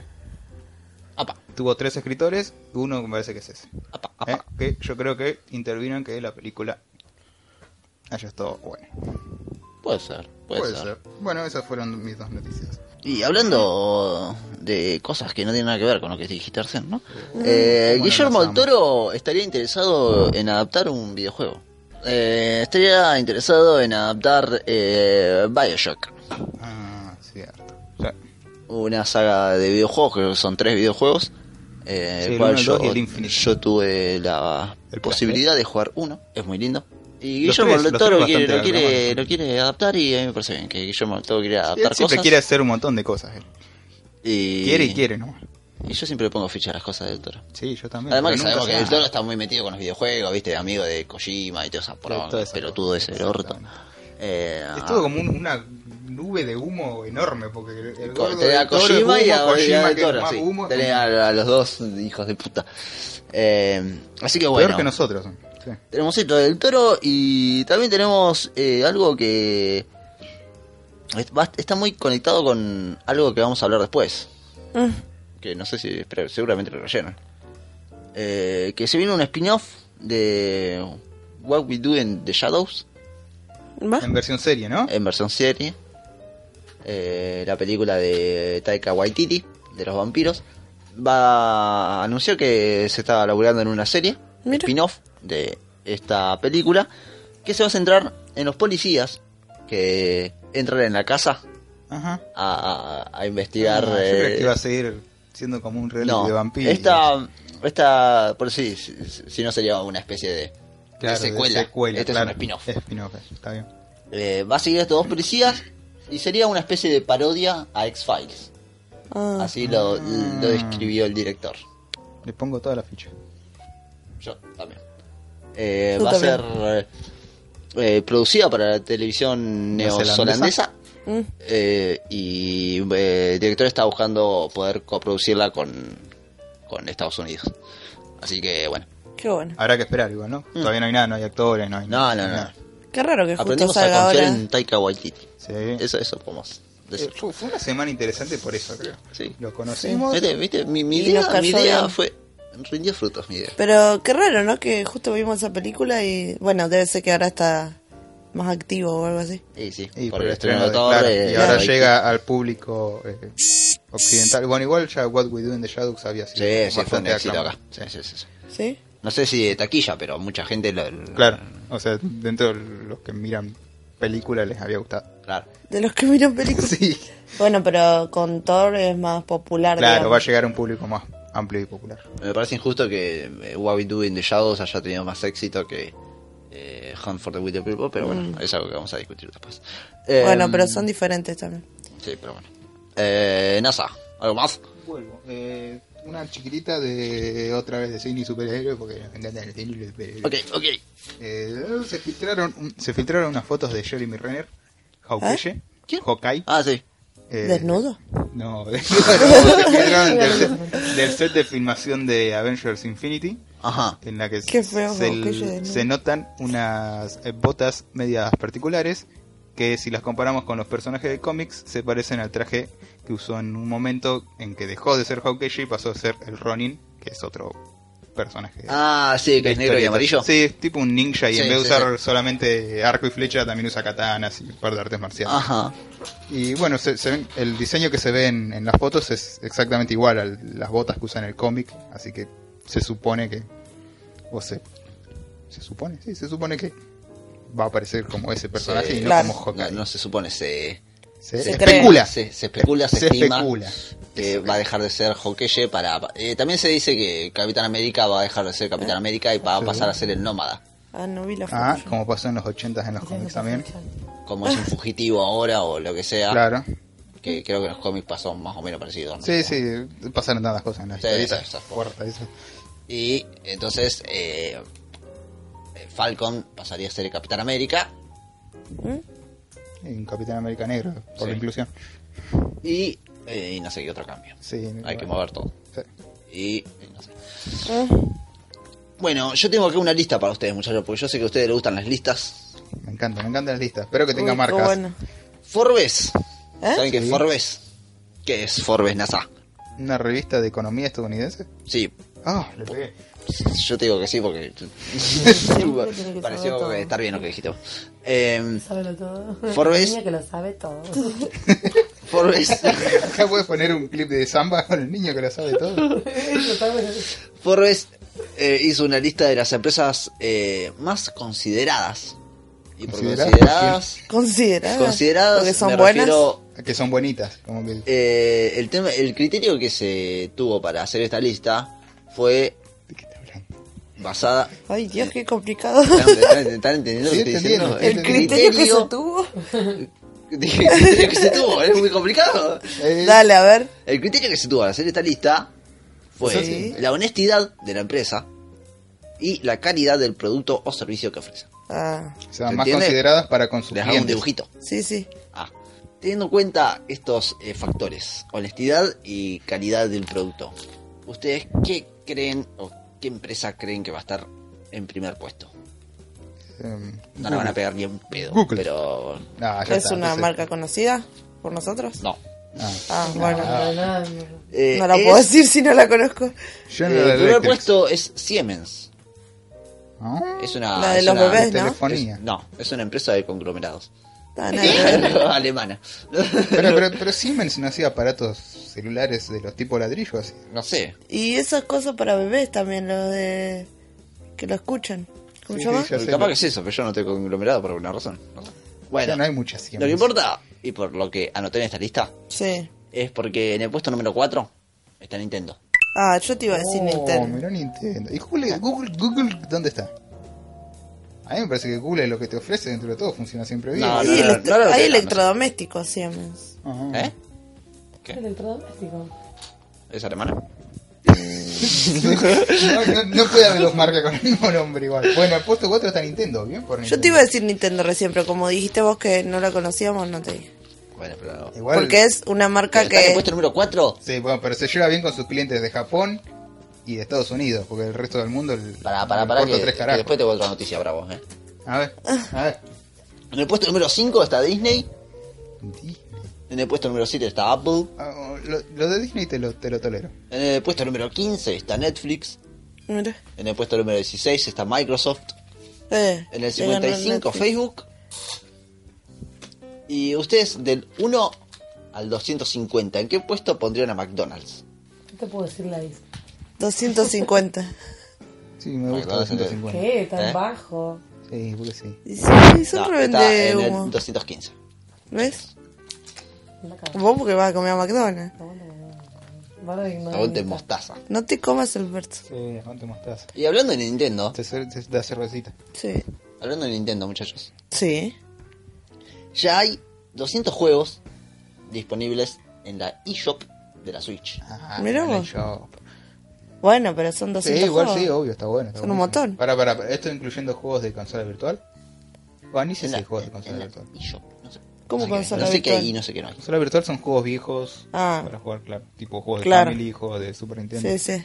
Apa, Tuvo tres escritores, uno me parece que es ese. apa, apa. ¿eh? Que yo creo que intervino en que la película haya estado buena. Puede ser, puede, ser. Bueno, esas fueron mis dos noticias. Y hablando de cosas que no tienen nada que ver con lo que dijiste recién, ¿no? Mm. Eh, Bueno, las Guillermo del amo. Toro estaría interesado en adaptar un videojuego. Eh, estaría interesado en adaptar eh, Bioshock. Ah, cierto. Ya. una saga de videojuegos, creo que son tres videojuegos. eh, Sí, el cual uno, el yo, dos y el Infinite. yo tuve la El posibilidad de jugar uno, es muy lindo. Y Los Guillermo tres- del los Toro tres quiere, lo, bastante quiere, agramados. lo quiere adaptar y a mí me parece bien que Guillermo del Toro quiere Y él adaptar siempre cosas. quiere hacer un montón de cosas. él. y, Quiere y quiere, ¿no? Y yo siempre le pongo ficha a las cosas del Toro. Sí, yo también. Además que pero nunca sabemos que se del da. Toro está muy metido con los videojuegos, viste, amigo de Kojima y toda esa poronga, toda esa pelotudo cosa, ese, el orto. exactamente. Eh, Es todo como un- una nube de humo enorme, porque el, el gordo Tenés a del Toro es Kojima y humo, a Kojima Kojima que es Toro, más sí. humo, Tenés es a, a los dos hijos de puta. Eh, así que peor bueno, que nosotros. sí. tenemos esto del toro y también tenemos eh, algo que es- va- está muy conectado con algo que vamos a hablar después. Mm. Que no sé si, pero seguramente lo rellenan. Eh, que se viene un spin-off de What We Do in the Shadows ¿Va? En versión serie, ¿no? en versión serie. Eh, la película de Taika Waititi, de los vampiros. Va anunció que se estaba laburando en una serie, Mira. spin-off de esta película, que se va a centrar en los policías que entran en la casa Ajá. a, a- a Ah, investigar. yo creía eh, que iba a seguir siendo como un reality no, de vampiros. Esta, esta, por si, si si no sería una especie de, de Claro, de secuela. Este claro. es un spin-off. Spin-off, está bien. Eh, va a seguir a estos dos policías y sería una especie de parodia a X-Files. Ah. Así lo, Ah. lo describió el director. Le pongo toda la ficha. Yo también. Eh, Tú va también. a ser eh, eh, producida para la televisión neozelandesa. Mm. eh, y eh, el director está buscando poder coproducirla con, con Estados Unidos. Así que bueno. Qué bueno. Habrá que esperar, igual, ¿no? Todavía no hay nada, no hay actores, no hay Mm. No, no, no. nada. Qué raro que justo Aprendimos a salga confiar ahora. en Taika Waititi. Sí. Eso, eso podemos Eh, decir. fue, fue una semana interesante por eso, creo. Sí. Lo conocimos. ¿Viste? ¿Viste? Mi, mi Y nos idea, cayó mi idea bien. fue... Rindió frutos mi idea. Pero qué raro, ¿no? Que justo vimos esa película y bueno, debe ser que ahora está más activo o algo así. Y sí, Y por el estreno estreno de de- Thor, claro, eh, y ahora Waititi. llega al público eh, occidental. Bueno, igual ya What We Do in the Shadows había sido Sí, sí, fue un éxito aclamado. acá. Sí, sí, sí, sí. ¿Sí? No sé si de taquilla, pero mucha gente lo. lo- Claro, o sea, dentro de los que miran películas les había gustado. claro. De los que miran películas. Sí, Bueno, pero con Thor es más popular. claro, digamos. va a llegar a un público más amplio y popular. Me parece injusto que eh, What We Do in the Shadows haya tenido más éxito que eh, Hunt for the Winter People, pero bueno, es algo que vamos a discutir después. Mm. Bueno, Em, pero son diferentes también. Sí, pero bueno. Eh, NASA, ¿algo más? Vuelvo. eh, una chiquitita de otra vez de cine y superhéroe, porque nos encanta el cine y Ok, ok. Eh, se filtraron un- se filtraron unas fotos de Jeremy Renner, Hawkeye, ¿Quién? Hawkeye, Ah, sí. eh, ¿Eh? ¿Desnudo? No, de- se filtraron del, set, del set de filmación de Avengers Infinity, Ajá. en la que Qué feo, Hawkeye se, desnudo. se notan unas eh, botas medias particulares que si las comparamos con los personajes de cómics se parecen al traje que usó en un momento en que dejó de ser Hawkeye y pasó a ser el Ronin, que es otro personaje. Ah, sí, que de es negro y historieta. amarillo. Eh, Sí, es tipo un ninja y Sí, en vez de sí, usar solamente arco y flecha también usa katanas y un par de artes marciales. Ajá. Y bueno, se- se ven- el diseño que se ve en, en las fotos es exactamente igual a las botas que usa en el cómic, así que se supone que... O se, se supone, sí, se supone que va a aparecer como ese personaje Sí, y Pues no claro. como Hawkeye. No, no se supone, se, Se, Se especula. Se, se especula, se, Se estima especula. que va a dejar de ser Hokeye para... eh, también se dice que Capitán América va a dejar de ser Capitán América y va a Eh, Sí. pasar a ser el nómada. Ah, no vi la foto. Ah, como pasó en los 80 en los cómics también. Como es un fugitivo ahora o lo que sea. Ah. Claro. Que creo que en los cómics pasó más o menos parecido. ¿no? Sí, sí, pasaron tantas cosas en las Sí, historietas. esas cosas. Fuertes, eso. Y entonces eh, Falcon pasaría a ser el Capitán América Y un Capitán América Negro, por Sí. la inclusión. y, eh, y no sé qué otro cambio. Sí, Hay bueno. que mover todo. Sí. Y y no sé. Eh. Bueno, yo tengo aquí una lista para ustedes, muchachos, porque yo sé que a ustedes les gustan las listas. Me encanta, me encantan las listas. Espero que Uy, tenga qué marcas. bueno. Forbes. ¿Eh? ¿Saben qué es Sí. Forbes? ¿Qué es Forbes NASA? ¿Una revista de economía estadounidense? Sí, Ah, le pegué. yo te digo que sí porque tiene que saber pareció todo. estar bien lo que dijiste. vos. Eh, Sábelo todo. Forbes. Niña que lo sabe todo. Forbes. Acá puedes poner un clip de samba con el niño que lo sabe todo. Forbes eh, hizo una lista de las empresas eh, más consideradas. Y por ¿Consideradas? consideradas, Consideradas. Porque consideradas son me buenas. refiero Que son bonitas. Como que eh, el tema, el criterio que se tuvo para hacer esta lista fue Eh, ¿De qué está hablando? basada. Ay, Dios, qué complicado. ¿Están, están- están entendiendo lo que Sí, estoy diciendo? entendiendo. El criterio que se tuvo. Dije, el criterio que se tuvo, es muy complicado. Eh, Dale, a ver. El criterio que se tuvo al hacer esta lista fue Sí. la honestidad de la empresa y la calidad del producto o servicio que ofrece. Ah, o sea, ¿se más entiende? consideradas para con sus Les hago un clientes. dibujito. sí, sí. Ah, teniendo en cuenta estos eh, factores, honestidad y calidad del producto, ¿ustedes qué creen o qué empresa creen que va a estar en primer puesto? Eh, No la van a pegar ni un pedo, Google. pero ah, ya ¿Es está, una entonces- marca conocida por nosotros? no. Ah, Ah, bueno. Para nada, no. Eh, No la es- puedo decir si no la conósco. eh, General el primer Electric. puesto es Siemens. Ah, Es una, La de es los una- bebés, ¿no? Telefonía. es- no, es una empresa de conglomerados. Ah, nada que ver. Alemana. Pero, pero, pero Siemens no hacía aparatos celulares de los tipos ladrillo así. no sé. Y esas cosas para bebés también, los de... que lo escuchan. ¿Cómo Sí, se llama? sí, ya sé. Capaz que es eso, pero yo no tengo conglomerado por alguna razón. No sé. Bueno, Ya no hay muchas lo Siemens. que importa, y por lo que anoté en esta lista, Sí. es porque en el puesto número 4 está Nintendo. Ah, yo te iba a decir Oh, Nintendo. mirá Nintendo. ¿Y Google, Google, Google dónde está? A mí me parece que Google es lo que te ofrece dentro de todo, funciona siempre bien. No, Sí, no, no, electro- no, no, no, hay no, no. electrodomésticos, Siemens. Ajá. ¿Eh? Electrodoméstico. ¿Es alemana? No, no, no puede haber dos marcas con el mismo nombre igual. Bueno, el puesto 4 está Nintendo, bien por Nintendo. Yo te iba a decir Nintendo recién, pero como dijiste vos que no la conocíamos, no te dije. Bueno, pero. Igual, Porque es una Pero marca está en el que... puesto número 4? Sí, bueno, pero se lleva bien con sus clientes de Japón y de Estados Unidos, porque el resto del mundo... el- Para, para, el para, puerto que, tres que carajos. después tengo otra noticia para vos, eh. A ver, a ver. En el puesto número 5 está Disney. Disney. En el puesto número 7 está Apple. Ah, lo, lo de Disney te lo, te lo tolero. En el puesto número 15 está Netflix. Mira. En el puesto número 16 está Microsoft. Eh, En el le ganó 55 Netflix. Facebook. Y ustedes del 1 al 250, ¿en qué puesto pondrían a McDonald's? ¿Qué te puedo decir, Laís? 250. Sí, me gusta McDonald's en el- 250. ¿Qué? Tan ¿Eh? bajo. Sí, porque sí. Y Sí, son No, está revende en humo. el 215. ¿Ves? La cara. Vos porque vas a comer a McDonald's. Van a ignorar Sabor de mi- mostaza. No te comas el Berto. Sí, ¿cuánto más estás? Y hablando de Nintendo, Te, cer- te da cervecita. Sí. hablando de Nintendo, muchachos, Sí. ya hay 200 juegos disponibles en la eShop de la Switch. Ah, Mirá en el vos. shop. Bueno, pero son Sí, 200 igual juegos. sí, obvio, está bueno. está Son un bueno. montón. Para, para, para, esto incluyendo juegos de consola virtual. Ah, ni sé En si la, hay juegos de en- consola en la virtual. eShop, no sé. ¿Cómo no sé qué hay, consola No sé qué hay virtual? y no sé qué no hay. Consola virtual son juegos viejos Ah. para jugar, claro. Tipo juegos Claro. de Family, juegos de Super Nintendo. Sí, sí.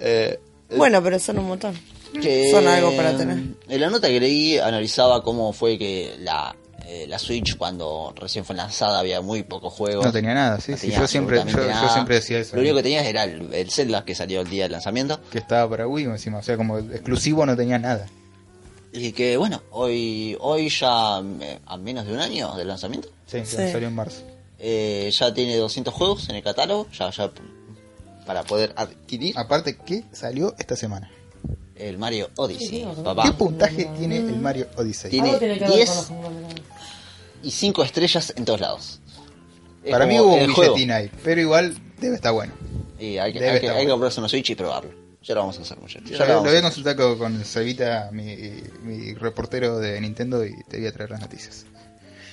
Eh, Bueno, pero son un montón. que, Mm. Son algo para tener. En la nota que leí analizaba cómo fue que la, eh, la Switch cuando recién fue lanzada había muy pocos juegos. No tenía nada, sí, No sí. tenía Yo siempre, yo, absolutamente yo nada. siempre decía eso. Lo único que tenías era el, el Zelda que salió el día del lanzamiento. Que estaba para Wii encima. O sea, como exclusivo no tenía nada. Y que bueno, hoy, hoy ya eh, a menos de un año del lanzamiento, Sí, que Sí. salió en marzo. eh, ya tiene 200 juegos en el catálogo, ya, ya p- para poder adquirir Aparte, ¿qué salió esta semana? el Mario Odyssey, Sí, sí, papá. ¿Qué puntaje tiene el Mario Odyssey? Tiene Algo tiene que ver 10. con los conglomerados. y 5 estrellas en todos lados. Es Para mí como hubo un el juego. billetín ahí, pero igual debe estar bueno. Y hay que, Debe hay estar que, hay que bueno. comprarse una Switch y probarlo. Ya lo vamos a hacer, muchachos. Yo Ya lo lo, lo vamos voy a a hacer. consultar con, con Cevita, mi, mi reportero de Nintendo, y te voy a traer las noticias.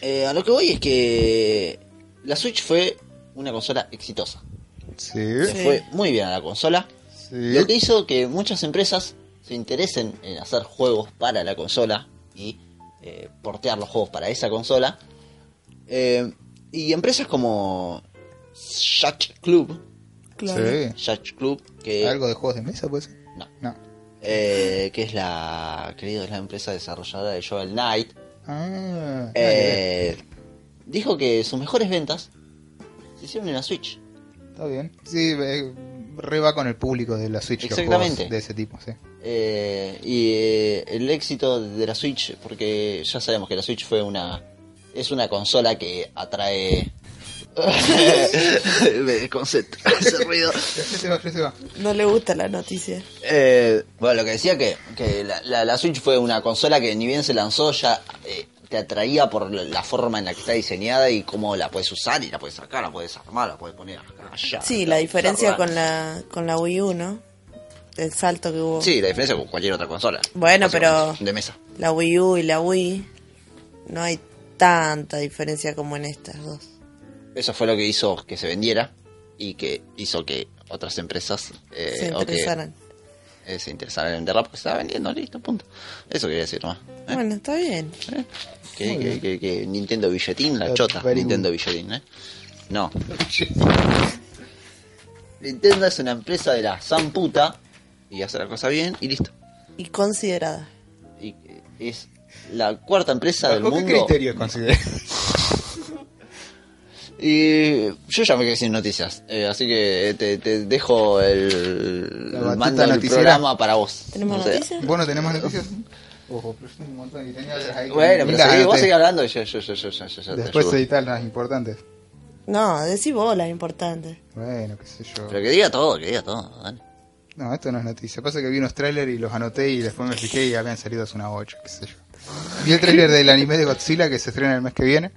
Eh, a lo que voy es que la Switch fue una consola exitosa. Sí, Le fue muy bien a la consola. sí. Lo que hizo que muchas empresas se interesen en hacer juegos para la consola y eh, portear los juegos para esa consola. Eh, y empresas como Shach Club, Claro. Sí. Shach Club, que, ¿Algo de juegos de mesa, pues? No. No. eh, que es la querido, es la empresa desarrolladora de Joel Knight, Ah, eh, dijo que sus mejores ventas se hicieron en la Switch. está bien. Sí, eh, re va con el público de la Switch, los juegos Exactamente. de ese tipo, sí. Eh, y eh, el éxito de la Switch, porque ya sabemos que la Switch fue una. Es una consola que atrae. Me desconcentra ese ruido. Ya se va, ya se va. No le gusta la noticia. Eh, bueno, lo que decía que, que la, la- la Switch fue una consola que ni bien se lanzó, ya eh, te atraía por la, la forma en la que está diseñada y cómo la puedes usar y la puedes sacar, la puedes armar, la puedes poner acá, allá. Sí, acá, la diferencia acá. con la con la Wii U, ¿no? El salto que hubo. Sí, la diferencia con cualquier otra consola. Bueno, pero- De mesa. La Wii U y la Wii no hay tanta diferencia como en estas dos. Eso fue lo que hizo que se vendiera y que hizo que otras empresas eh, se o que, interesaran. eh, se interesaran en venderla porque se estaba vendiendo, listo, punto. Eso quería decir nomás. ¿eh? Bueno, está bien. ¿eh? Que, que- que- que Nintendo Billetín, la chota, very Nintendo good. Billetín, ¿eh? No. Nintendo es una empresa de la zamputa y hace la cosa bien y listo. Y considerada. Y eh, es la cuarta empresa del ¿Bajo qué mundo. criterios consideras? Y yo ya me quedé sin noticias, eh, así que te, te dejo el, La el batuta mando del noticiera. programa para vos. ¿Tenemos O sea, noticias? ¿Vos no tenemos noticias? Ojo, pero son un montón y tenía otras ahí. que Bueno, ni pero las seguí, vos anoté. seguís hablando y yo, yo, yo, yo, yo, yo- yo te Después ayudo. editar las importantes. No, decí vos las importantes. Bueno, qué sé yo. Pero que diga todo, que diga todo. dale. No, esto no es noticia. Pasa que vi unos trailers y los anoté y después me fijé y habían salido hace una 8, qué sé yo. Vi el trailer del anime de Godzilla que se estrena el mes que viene.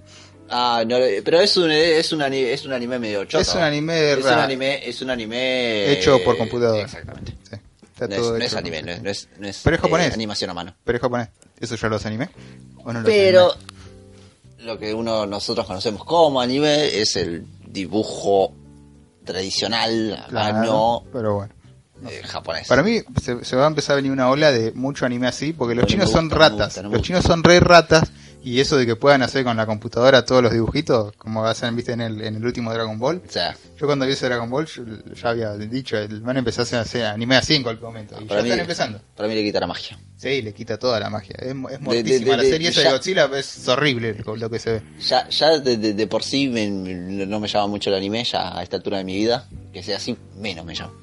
Ah, no, eh, pero es un, eh, es un, ani- es un anime medio choto. Es un anime es un ra- anime, es un anime Hecho eh, por computadora. Exactamente. Sí, está No es, todo no hecho es por anime, no es, computadora. no es, no es, Pero es eh, japonés. animación a mano. Pero es japonés. ¿Eso ya los animé? ¿O no los Pero animé? lo que uno nosotros conocemos como anime es el dibujo tradicional, a Claro, mano, Pero bueno. eh, japonés. Para mí se, se va a empezar a venir una ola de mucho anime así, porque los No me chinos gusta, son no me gusta, ratas. no me los gusta. chinos son re ratas. Y eso de que puedan hacer con la computadora todos los dibujitos, como hacen, viste, en el, en el último Dragon Ball. O sea, Yo cuando vi ese Dragon Ball, yo ya había dicho, el van a empezar a hacer anime así en cualquier momento. Y ya Ah, para mí, están empezando. para mí le quita la magia. Sí, le quita toda la magia. Es, mo- es De- mortísima. de- de- la de- serie esa ya- de Godzilla es horrible lo lo que se ve. Ya, ya de, de- de por sí me- me- no me llama mucho el anime, ya a esta altura de mi vida, que sea así, menos me llama.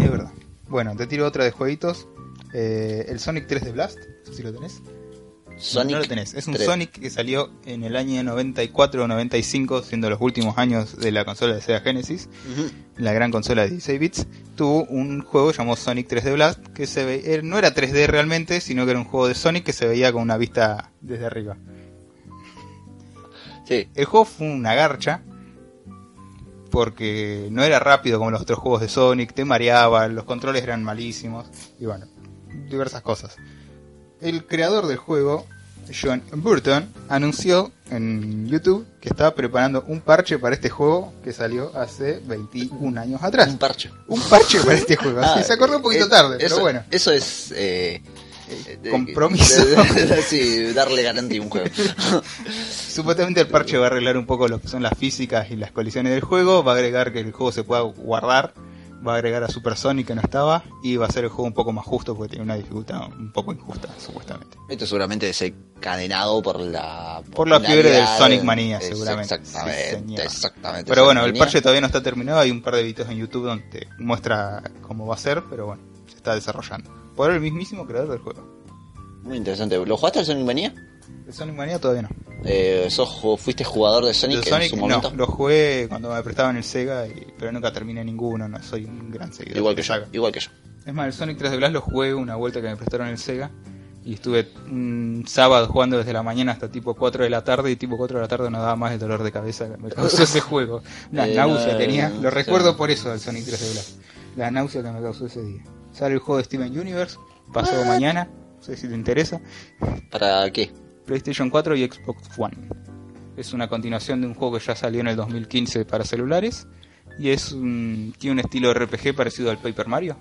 Es verdad. Bueno, te tiro otra de jueguitos. Eh, el Sonic 3 de Blast, no sé si lo tenés. Sonic no lo tenés. Es un 3. Sonic que salió en el año 94 o 95, siendo los últimos años de la consola de Sega Genesis, Ujú. la gran consola de 16 bits. Tuvo un juego llamado Sonic 3 de Blast, que se ve, eh, no era 3D realmente, sino que era un juego de Sonic que se veía con una vista desde arriba. Sí, El juego fue una garcha. Porque no era rápido como los otros juegos de Sonic, te mareaba, los controles eran malísimos. Y bueno, diversas cosas. El creador del juego, John Burton, anunció en YouTube que estaba preparando un parche para este juego que salió hace 21 años atrás. un parche. Un parche para este juego. así Ah, se acordó un poquito eh, tarde, eso, pero bueno. Eso es. eh, eh, compromiso. sí, darle garantía a un juego. Supuestamente el parche va a arreglar un poco lo que son las físicas y las colisiones del juego, va a agregar que el juego se pueda guardar, va a agregar a Super Sonic que no estaba y va a hacer el juego un poco más justo porque tiene una dificultad un poco injusta, supuestamente. Esto seguramente es encadenado por la. Por la fiebre del popularidad, Sonic Manía, es- seguramente. Sí, Exactamente, señor. exactamente. Pero bueno, el Sonic parche todavía no está terminado, hay un par de videos en YouTube donde te muestra cómo va a ser, pero bueno, se está desarrollando. Por el mismísimo creador del juego. Mania. Muy interesante. ¿Lo jugaste al Sonic Manía? El Sonic Mania todavía no. Eh, sos ju- ¿Fuiste jugador de El Sonic, en Sonic su momento? no, lo jugué cuando me prestaban el Sega, y- pero nunca terminé ninguno, no soy un gran seguidor. igual de que yo. la saga. Igual que yo. Es más, el Sonic 3 de Blast lo jugué una vuelta que me prestaron el Sega. Y estuve un sábado jugando desde la mañana hasta tipo 4 de la tarde y tipo 4 de la tarde no daba más el dolor de cabeza que me causó ese juego. Una Eh, náusea no, tenía, no, lo recuerdo sí. por eso del Sonic 3 de Blast. La náusea que me causó ese día. Sale el juego de Steven Universe, pasado mañana, no sé si te interesa, ¿Para qué? PlayStation 4 y Xbox One. Es una continuación de un juego que ya salió en el 2015 para celulares y es un- tiene un estilo RPG parecido al Paper Mario.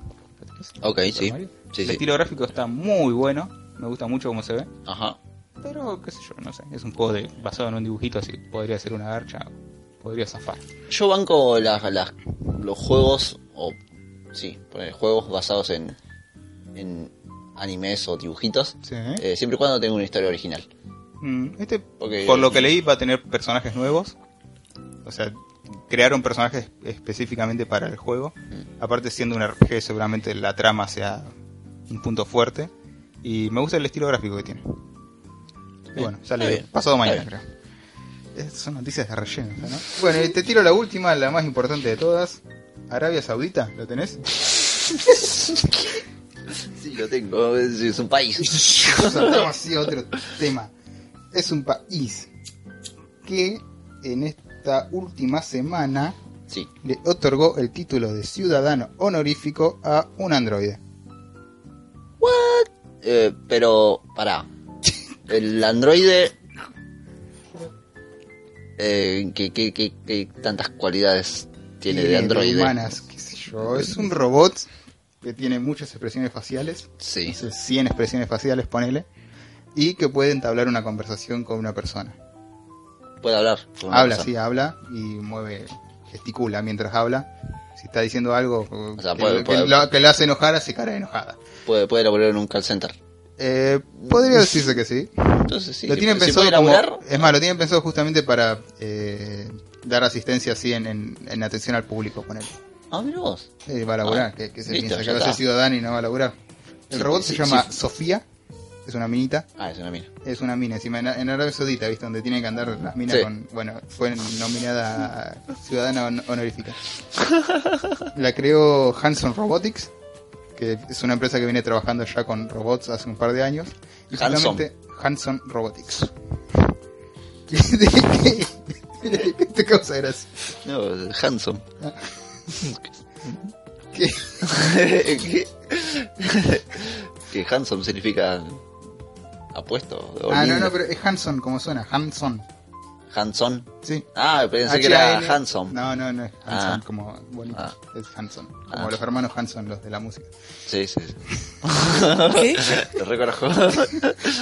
Ok, Paper sí. Mario. Sí, el sí. estilo gráfico está muy bueno, me gusta mucho cómo se ve, Ajá. pero qué sé yo, no sé, es un juego de- basado en un dibujito así, podría ser una garcha, podría zafar. Yo banco las, las- los juegos, o sí, poner juegos basados en, en animes o dibujitos, Sí. eh, siempre y cuando tenga una historia original. Mm, Este, Porque- por lo que leí, va a tener personajes nuevos. O sea, crearon personajes específicamente para el juego. Mm. Aparte, siendo un RPG, seguramente la trama sea un punto fuerte. Y me gusta el estilo gráfico que tiene. Y bueno, sale está bien, pasado está mañana, creo. Es- Son noticias de relleno, ¿no? Bueno, y te tiro la última, la más importante de todas. Arabia Saudita, ¿lo tenés? Sí, lo tengo, es, es un país. Saltamos así a otro tema. Es un país que en esta última semana Sí. le otorgó el título de ciudadano honorífico a un androide. Eh, pero, pará. El androide... Eh, ¿qué, qué, qué- qué tantas cualidades tiene de androide? Humanas, qué sé yo. Es un robot que tiene muchas expresiones faciales. Sí. No sé, 100 expresiones faciales, ponele. Y que puede entablar una conversación con una persona. Puede hablar. con una habla, persona. sí, habla y mueve, gesticula mientras habla. Si está diciendo algo eh, sea, que, puede- que puede- lo- que le hace enojar, hace cara de enojada. Puede, puede laburar en un call center. Eh, podría decirse que sí. Entonces, sí. lo si- tienen si pensado puede como- laburar, es más, lo tienen pensado justamente para eh, dar asistencia así en, en- en atención al público con él. Ah, mira vos. va a laburar, Ah, que, que se listo, piensa que ya va a ser está. ciudadano y no va a laburar. El Sí, robot sí, se llama sí. Sofía, es una minita, Ah, es una mina. es una mina encima en, en Arabia Saudita, ¿viste? Donde tienen que andar las minas Sí. con. Bueno, fue nominada a ciudadana hon- honorífica. La creó Hanson Robotics, que es una empresa que viene trabajando ya con robots hace un par de años. Y Hanson. justamente Hanson Robotics. ¿Qué, qué- qué te causa gracia? No, handsome. ¿Qué? que, que handsome significa apuesto. o Ah, no, lindo. no, pero es Hanson, como suena, Hanson. Handsome. Sí. Ah, pensé que era H-A-N. handsome. No, no, no es Hanson, Ah. como bonito. Ah. Es Hanson. Como Ah. los hermanos Hanson, los de la música. Sí, sí. sí. ¿Qué? Lo reconozco.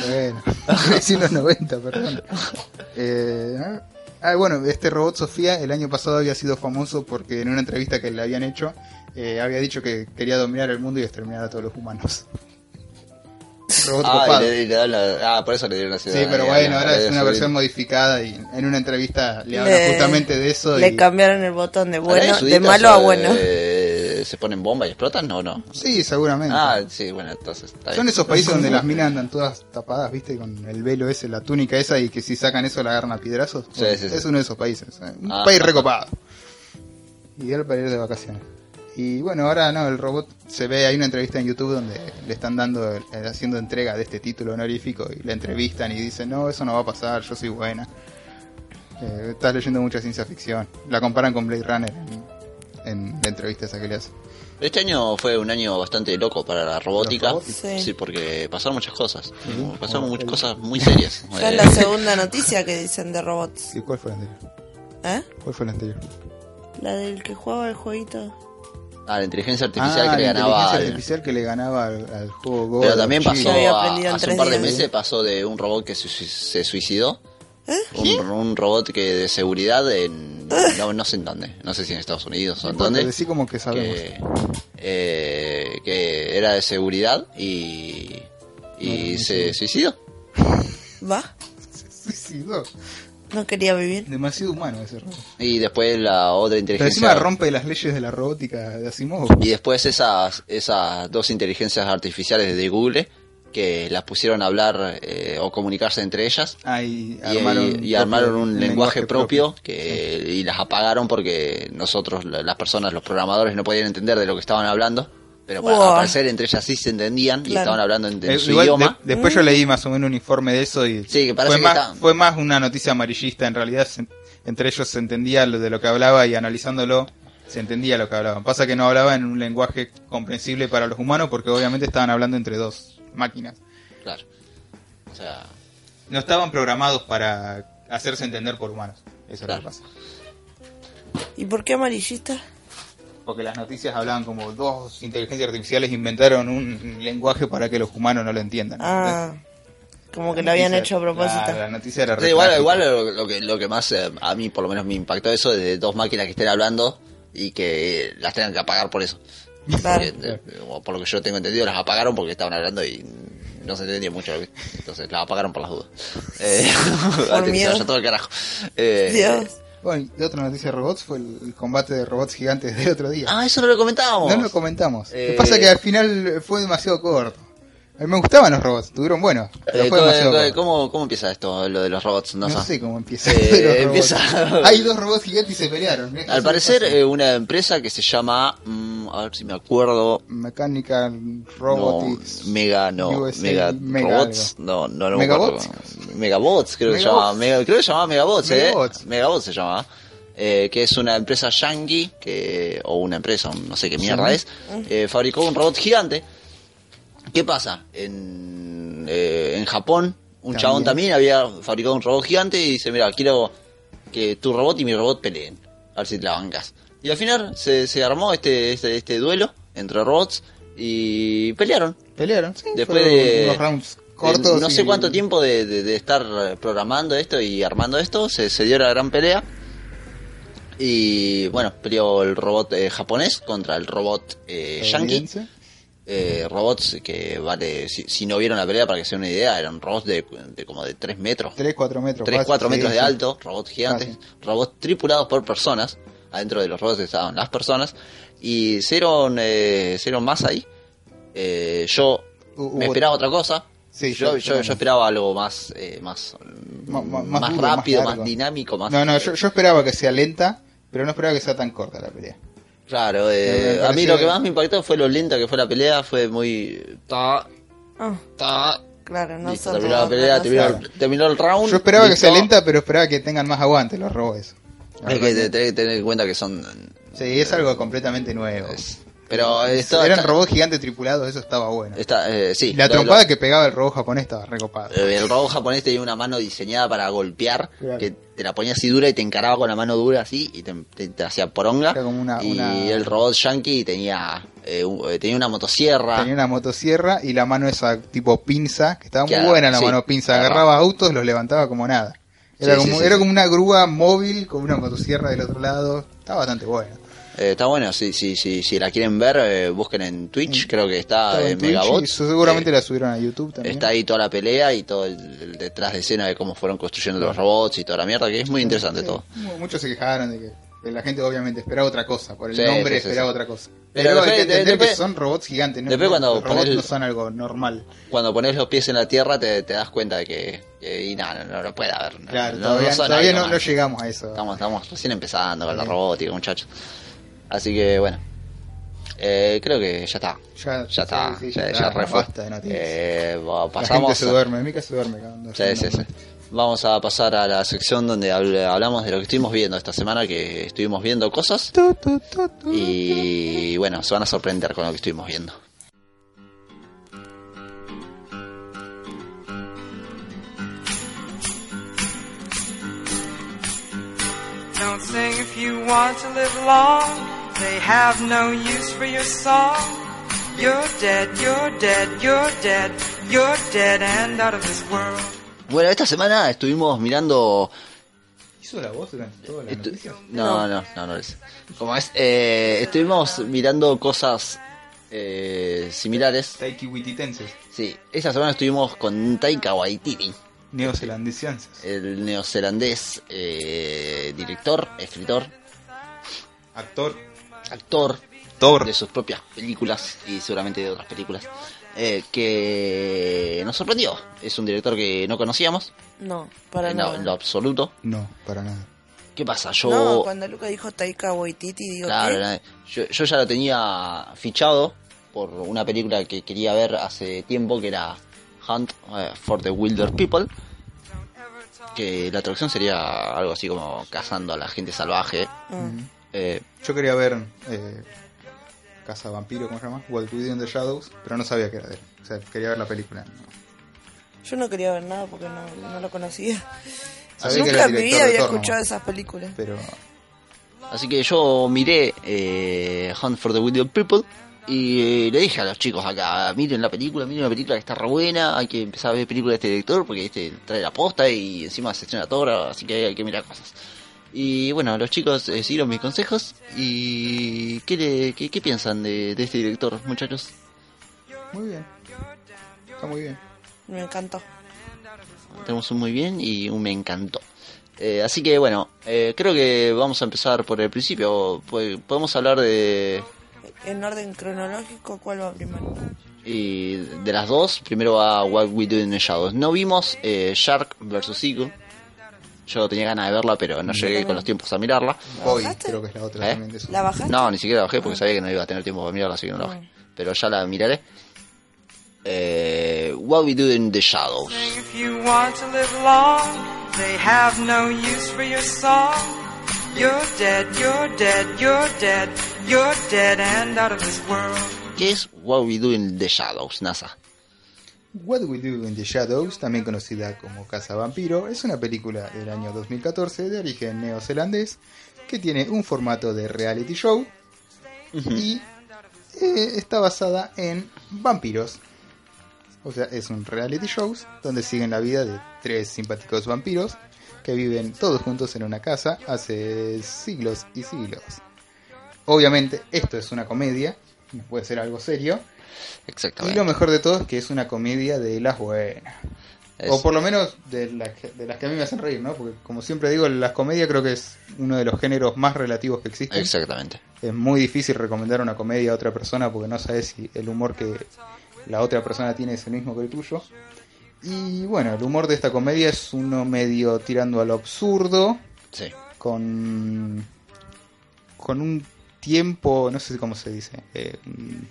Bueno, recién los 90, perdón. Eh, ah, bueno, este robot Sofía el año pasado había sido famoso porque en una entrevista que le habían hecho eh, había dicho que quería dominar el mundo y exterminar a todos los humanos. Un Robot ah, copado. y le- y le dan la- ah, por eso le dieron la ciudad. Sí, pero eh, bueno, a- ahora a- es una a- versión modificada y en una entrevista le hablan justamente de eso. Eh, Le y... cambiaron el botón de ¿Ahora bueno, hay de suditas, malo a eh, bueno. ¿Se ponen bomba y explotan o no? Sí, seguramente. Ah, sí, bueno, entonces. está Son bien. esos países donde las minas andan todas tapadas, viste, con el velo ese, la túnica esa, y que si sacan eso la agarran a piedrazos. Sí, sí, sí. Es uno de esos países. ¿eh? Un Ah. país recopado. Ideal para ir de vacaciones. Y bueno, ahora no, el robot se ve, hay una entrevista en YouTube donde le están dando, eh, haciendo entrega de este título honorífico y la entrevistan y dicen, no, eso no va a pasar, yo soy buena. Eh, estás leyendo mucha ciencia ficción. La comparan con Blade Runner en, en la entrevista esa que le hacen. Este año fue un año bastante loco para la ¿La robótica. robótica? Sí. porque pasaron muchas cosas. Pasaron muchas Oh, El- cosas muy serias. Ya es Eh, la segunda noticia que dicen de robots. ¿Y cuál fue la anterior? ¿Eh? ¿Cuál fue la anterior? La del que jugaba el jueguito. ah, la inteligencia artificial Ah, que le la ganaba. inteligencia al- artificial que le ganaba al, al juego Go. Pero también al pasó. Chico. Yo había a- aprendido en hace tres un par de días. meses pasó de un robot que se, sui- se suicidó. ¿Eh? Un, un robot que de seguridad en. No, no sé en dónde. No sé si en Estados Unidos o en Porque dónde. decí como que sabemos. que, eh, que era de seguridad y, y se suicidó. ¿Va? Se suicidó. No quería vivir. Demasiado humano ese robot. Y después la otra Pero encima inteligencia. rompe las leyes de la robótica de Asimov. Y después esas, esas dos inteligencias artificiales de Google que las pusieron a hablar eh, o comunicarse entre ellas. Ah, y y, armaron, y- y propio- armaron un lenguaje, propio, que y las apagaron porque nosotros la- las personas los programadores no podían entender de lo que estaban hablando Pero para Wow. aparecer entre ellas sí se entendían y Claro. estaban hablando en, en Eh, su igual idioma. de- después yo leí más o menos un informe de eso y Sí, que fue, parece que más, está- fue más una noticia amarillista. En realidad, se- entre ellos se entendía lo de lo que hablaba y analizándolo se entendía lo que hablaban. Pasa que no hablaban en un lenguaje comprensible para los humanos porque obviamente estaban hablando entre dos máquinas. Claro. O sea, No estaban programados para hacerse entender por humanos. Eso Claro. es lo que pasa. ¿Y por qué amarillista? Porque las noticias hablaban como dos inteligencias artificiales inventaron un lenguaje para que los humanos no lo entiendan. Ah, como que lo habían hecho a propósito. La, la noticia era Sí, re igual, trágica. igual lo, lo que, lo que más eh, a mí por lo menos me impactó eso de dos máquinas que estén hablando y que eh, las tengan que apagar por eso. Claro. Porque, eh, o por lo que yo tengo entendido, las apagaron porque estaban hablando y no se entendía mucho. lo que- Entonces las apagaron por las dudas. Eh, antes que se miedo. vaya todo el carajo. Eh, Dios. Bueno, y de otra noticia de robots fue el, el combate de robots gigantes del otro día. Ah, eso no lo comentábamos. no lo comentamos. Lo Eh, que pasa es que al final fue demasiado corto. A mí me gustaban los robots, estuvieron buenos. Pero Eh, fue ¿cómo- demasiado corto. ¿cómo, cómo empieza esto, lo de los robots? No, No sé. sé cómo empieza. Eh, los robots. empieza- Hay dos robots gigantes y se pelearon. Esto Al sí parecer, pasa. eh, una empresa que se llama. mm, a ver si me acuerdo. Mecánica, robotics. No, mega, no, USA, mega, mega robots, algo. no, no, no Megabots. me acuerdo. Megabots, creo que se Megabots. llamaba, mega, creo que se llamaba Megabots, Megabots. eh. Megabots se llamaba. Eh, que es una empresa yankee, que, o una empresa, no sé qué mierda es, eh, fabricó un robot gigante. ¿Qué pasa? En, eh, en Japón, un También. chabón también había fabricado un robot gigante y dice, mira, quiero que tu robot y mi robot peleen. A ver si te la bancas. Y al final se, se armó este, este, este duelo entre robots y pelearon. Pelearon, sí. Después fueron de- Unos rounds cortos. En no sé y- cuánto tiempo de, de- de estar eh, programando esto y armando esto, se, se dio la gran pelea. Y bueno, peleó el robot eh, japonés contra el robot eh, yankee. estadounidense. Eh, robots que, vale, si, si no vieron la pelea, para que se den una idea, eran robots de, de como de 3 metros. 3, 4 metros. 3, fácil, 4 sí, metros de sí. alto, robots gigantes, Ah, robots tripulados por personas. Adentro de los robots estaban las personas. Y hicieron, eh, hicieron más ahí. Eh, yo Hubo- me esperaba otra cosa. Sí, yo, yo- yo, yo yo esperaba algo más, eh, más, Ma- ma- más, más duro, más rápido, más, largo. dinámico, más. No, no, yo, yo esperaba que sea lenta, pero no esperaba que sea tan corta la pelea. Claro, eh, Me- me a mí pareció- lo que más me impactó fue lo lenta que fue la pelea. Fue muy. Ta, Ah, ta. claro, no listo, son terminó la robots, pelea, no terminó, son- el- terminó el round. Yo esperaba que sea listo. lenta, pero esperaba que tengan más aguante los robots. Es que te- tenés que tener en cuenta que son. Sí, es algo completamente nuevo. es- pero esto. Eran está- robots gigantes tripulados, eso estaba bueno. Está, eh, sí, Y la lo de trompada lo- que pegaba el robot japonés estaba recopada. eh, el robot japonés tenía una mano diseñada para golpear, Claro. que te la ponía así dura y te encaraba con la mano dura así y te, te- te hacía poronga. Era como una- y una- el robot yankee tenía, eh, un- eh, tenía una motosierra. Tenía una motosierra y la mano esa tipo pinza, que estaba muy Claro, buena la sí. mano pinza. Agarraba. Agarraba autos, los levantaba como nada. Era, Sí, como, sí, sí, era sí. como una grúa móvil con una motosierra del otro lado. Estaba bastante bueno. Eh, está bueno, si, si, si, si la quieren ver, eh, busquen en Twitch, creo que está Estaba en Mm. en Twitch Megabot. y su- seguramente Ah, Eh, la subieron a YouTube también. Está ahí toda la pelea y todo el, el detrás de escena de cómo fueron construyendo los robots y toda la mierda, que es muy interesante Sí, todo. mu- Muchos se quejaron de que que la gente obviamente esperaba otra cosa, por el Sí, nombre sí, sí, esperaba sí. otra cosa. Pero Pero, hay después- que entender después- que son robots gigantes, no, después cuando los robots pones- no son algo normal. Cuando pones los pies en la tierra te, te das cuenta de que, que- y nada, no, no lo puede haber. no- Claro, no- no todavía, son todavía Iron no, Man. no llegamos a eso. Estamos, estamos recién empezando con la robótica, muchachos. Así que bueno. Eh, creo que ya está. Ya- ya está. Ah, sí, sí, ya, ya ya está, re fue. basta de noticias. Eh, va- La pasamos. gente se a- duerme, en mi casa se duerme. cuando- Sí, sí, sí. Vamos a pasar a la sección donde habl- hablamos de lo que estuvimos viendo esta semana, que estuvimos viendo cosas. Tu, tu, tu, tu. Y bueno, se van a sorprender con lo que estuvimos viendo. Don't sing if you want to live long. They have no use for your song. You're dead, you're dead, you're dead, you're dead and out of this world. Bueno, esta semana estuvimos mirando. ¿Hizo la voz durante toda la estu- noticia? No, no, no, no es. Como es, eh, estuvimos mirando cosas eh, similares. Taiki Wititenses, Sí, esta semana estuvimos con Taika Waititi, neozelandesenses, el neozelandés eh, director, escritor, actor, actor, actor. de sus propias películas y seguramente de otras películas, eh, que nos sorprendió. Es un director que no conocíamos, No, para en, lo, nada. en lo absoluto. No, para nada. ¿Qué pasa? Yo, No, cuando Luca dijo Taika Waititi, digo, claro, ¿qué? la- yo, yo ya lo tenía fichado por una película que quería ver hace tiempo que era Hunt eh, for the Wilder People, que la traducción sería algo así como cazando a la gente salvaje. Ah. Eh, Yo quería ver eh, Casa Vampiro, ¿cómo se llama? What We Do in the Shadows, pero no sabía que era de él. O sea, quería ver la película. Yo no quería ver nada porque no, no lo conocía. Sabía que era Nunca en el mi director vida de había Thor, ¿no? escuchado esas películas. Pero Así que yo miré eh, Hunt for the Wilder People y eh, le dije a los chicos acá, miren la película, miren la película que está re buena, hay que empezar a ver películas de este director porque este trae la posta y encima se estrena todo, así que hay que mirar cosas. Y bueno, los chicos eh, siguieron mis consejos y ¿qué, le- qué, qué piensan de, de este director, muchachos? muy bien. Está muy bien. Me encantó. Tenemos un muy bien y un me encantó. Eh, así que bueno, eh, creo que vamos a empezar por el principio, pues, podemos hablar de... En orden cronológico, ¿cuál va primero? Y de las dos, primero va What We Do in the Shadows. No vimos eh, Shark vs. Eagle. Yo tenía ganas de verla, pero no llegué con los tiempos a mirarla. Boy, bajaste? creo que es la otra ¿Eh? también de su- ¿La bajaste? No, ni siquiera la bajé porque sabía que no iba a tener tiempo para mirarla, así que no la bajé. Pero ya la miraré. Eh, What We Do in the Shadows. If you want to live long, they have no use for your song. You're dead, you're dead, you're dead, you're dead and out of this world. ¿Qué es What We Do in the Shadows, NASA? What We Do in the Shadows, también conocida como Casa Vampiro, es una película del año 2014 de origen neozelandés que tiene un formato de reality show Mm. y eh, está basada en vampiros. O sea, es un reality show donde siguen la vida de tres simpáticos vampiros que viven todos juntos en una casa hace siglos y siglos. Obviamente, esto es una comedia, no puede ser algo serio. Y lo Exactamente. mejor de todo es que es una comedia de las buenas. Es- O por lo menos de, las que- de las que a mí me hacen reír, ¿no? Porque como siempre digo, las comedias creo que es uno de los géneros más relativos que existen. Exactamente. Es muy difícil recomendar una comedia a otra persona porque no sabes si el humor que la otra persona tiene es el mismo que el tuyo. Y bueno, el humor de esta comedia es uno medio tirando a lo absurdo, Sí. con, con un tiempo, no sé cómo se dice, eh, un-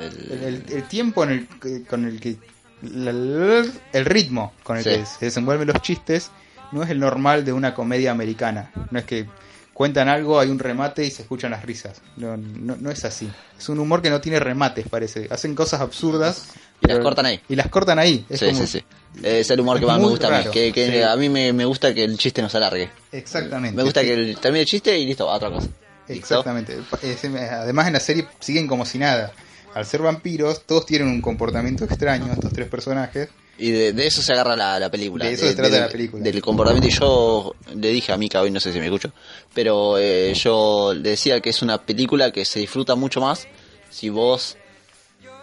el, el- el tiempo en el, que- con el que. la- la- la- el ritmo con el Sí. que se desenvuelven los chistes no es el normal de una comedia americana. No es que cuentan algo, hay un remate y se escuchan las risas. No, no, no es así. Es un humor que no tiene remates, parece. Hacen cosas absurdas. Y las cortan ahí. Y las cortan ahí. Es Sí, como- sí, sí. Es el humor es que más me muy gusta a mí. raro. Que, que Sí. A mí me, me gusta que el chiste no se alargue. Exactamente. Este, Me gusta que el- termine el chiste y listo, a otra cosa. ¿Listo? Exactamente. Es- Además en la serie siguen como si nada. Al ser vampiros, todos tienen un comportamiento extraño, estos tres personajes. Y de, de eso se agarra la, la película. De eso se trata del- la película. Del comportamiento. Y yo le dije a Mika hoy, no sé si me escucho, pero eh, yo le decía que es una película que se disfruta mucho más si vos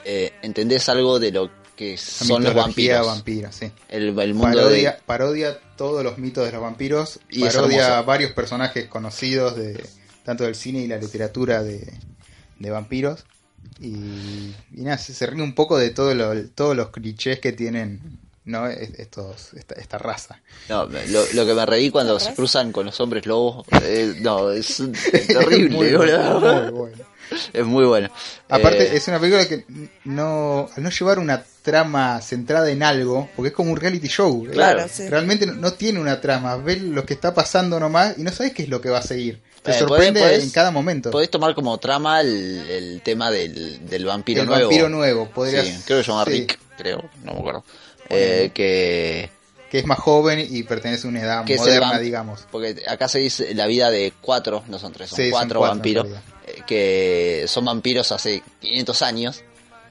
eh, entendés algo de lo que La son los mitología vampiros. vampira, sí. El, el mundo Parodia, de... parodia todos los mitos de los vampiros, Y es parodia hermoso. varios personajes conocidos de tanto del cine y la literatura de, de vampiros. Y, y nada, se, se ríe un poco de todo lo- todos los clichés que tienen ¿no? Es- estos, esta, esta raza. No, lo, lo que me reí cuando se cruzan con los hombres lobos. eh, no, es terrible. Muy bueno, boludo. muy bueno. Es muy bueno. Aparte, Eh, es una película que no, al no llevar una trama centrada en algo, porque es como un reality show. ¿eh? Claro. sí. Realmente no- no tiene una trama, ves lo que está pasando nomás y no sabes qué es lo que va a seguir. Te Eh, podés- sorprende podés- en cada momento. Podés tomar como trama el, el tema del, del vampiro el nuevo. vampiro nuevo, podrías, Sí, creo que se llama sí, Rick, creo, no me acuerdo. Eh, que, que es más joven y pertenece a una edad que es el moderna, vamp- digamos. Porque acá se dice la vida de cuatro, no son tres, son Sí, son cuatro cuatro, en vampiros. realidad. eh, que son vampiros hace 500 años.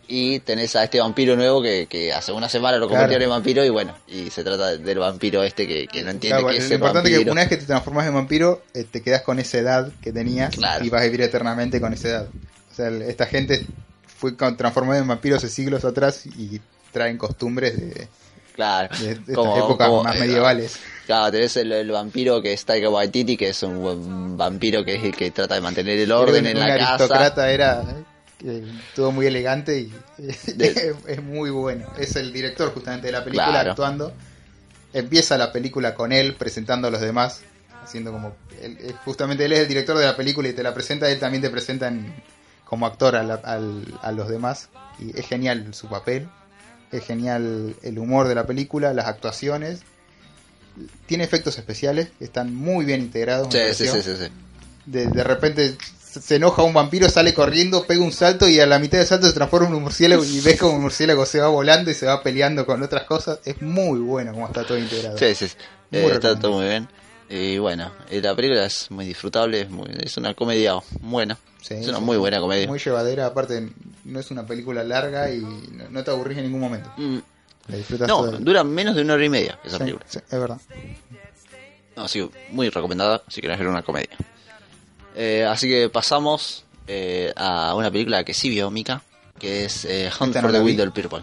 Y tenés a este vampiro nuevo que, que hace una semana lo Claro. convirtieron en vampiro. Y bueno, y se trata del vampiro este que, que no entiende Claro, lo que es el importante es que vampiro. una vez que te transformas en vampiro, eh, te quedas con esa edad que tenías Claro. y vas a vivir eternamente con esa edad. O sea, el- esta gente fue con- transformada en vampiros hace siglos atrás y traen costumbres de, Claro, de estas como- épocas como, más eh, medievales. Claro, tenés el, el vampiro que es Taika Waititi, que es un, buen vampiro que es el que trata de mantener el orden Era en un, la un casa. aristócrata era eh, todo muy elegante y De- es muy bueno. Es el director justamente de la película Claro. actuando. Empieza la película con él presentando a los demás, haciendo como él- él- justamente él es el director de la película y te la presenta, él también te presenta en- como actor a, la- al- a los demás. Y es genial su papel, es genial el humor de la película, las actuaciones. Tiene efectos especiales que están muy bien integrados. me Sí, sí, pareció. sí, sí, sí. De, de repente se se enoja un vampiro, sale corriendo, pega un salto y a la mitad del salto se transforma en un murciélago y ves como un murciélago se va volando y se va peleando con otras cosas. Es muy bueno como está todo integrado. Sí, sí, sí. Muy Eh, está recomendable. todo muy bien. Y bueno, eh, la película es muy disfrutable, es, muy- es una comedia buena. Sí, es una sí, muy sí. buena comedia. Muy llevadera, aparte no es una película larga y no, no te aburrís en ningún momento. Mm, La disfrutas No, todo el- dura menos de una hora y media esa Sí, película. sí, es verdad. No, sí, muy recomendada si querés ver una comedia. Eh, así que pasamos eh, a una película que sí vio Mika, que es eh, Hunt Esta no for the la vi. Window Purple.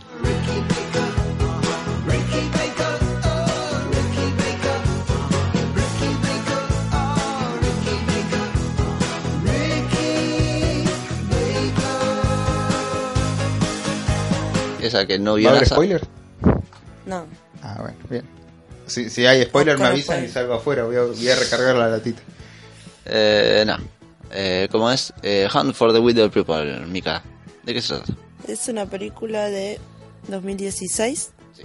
Esa que no ¿Va vio a haber Nasa. spoiler? No. Ah, bueno, bien. Si, si hay spoiler me Con avisan y spoiler. salgo afuera, voy a, voy a recargar la latita. Eh, no. Eh, ¿Cómo es? Eh, Hunt for the Window People, Mika. ¿De qué se trata? Es una película de 2016. Sí.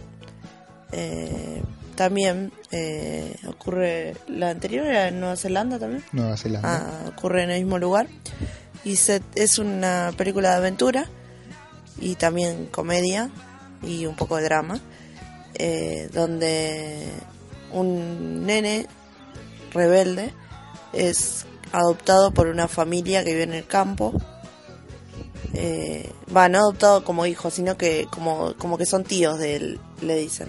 Eh, también eh, ocurre. La anterior era en Nueva Zelanda también. Nueva Zelanda. Ah, ocurre en el mismo lugar. Y se- es una película de aventura y también comedia y un poco de drama, eh, donde un nene rebelde es adoptado por una familia que vive en el campo. Eh, va, no adoptado como hijo, sino que como, como que son tíos de él, le dicen.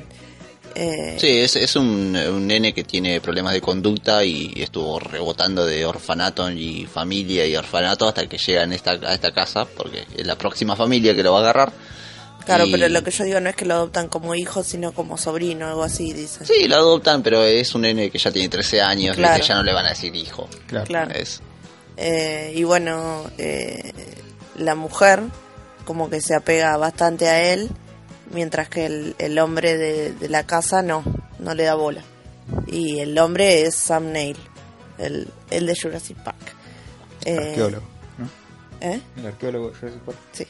Eh, Sí, es, es un, un nene que tiene problemas de conducta y estuvo rebotando de orfanato y familia y orfanato hasta que llega en esta, a esta casa, porque es la próxima familia que lo va a agarrar. Claro, Y- pero lo que yo digo no es que lo adoptan como hijo, sino como sobrino, algo así, dicen. Sí, lo adoptan, pero es un nene que ya tiene 13 años, Claro. ¿viste? ya no le van a decir hijo. claro. Claro. Es, Eh, y bueno, eh, la mujer como que se apega bastante a él, mientras que el, el hombre de, de la casa no, no le da bola. Y el hombre es Sam Neill, el, el de Jurassic Park. Eh, Arqueólogo, ¿no? ¿eh? El arqueólogo Jurassic Park. Sí.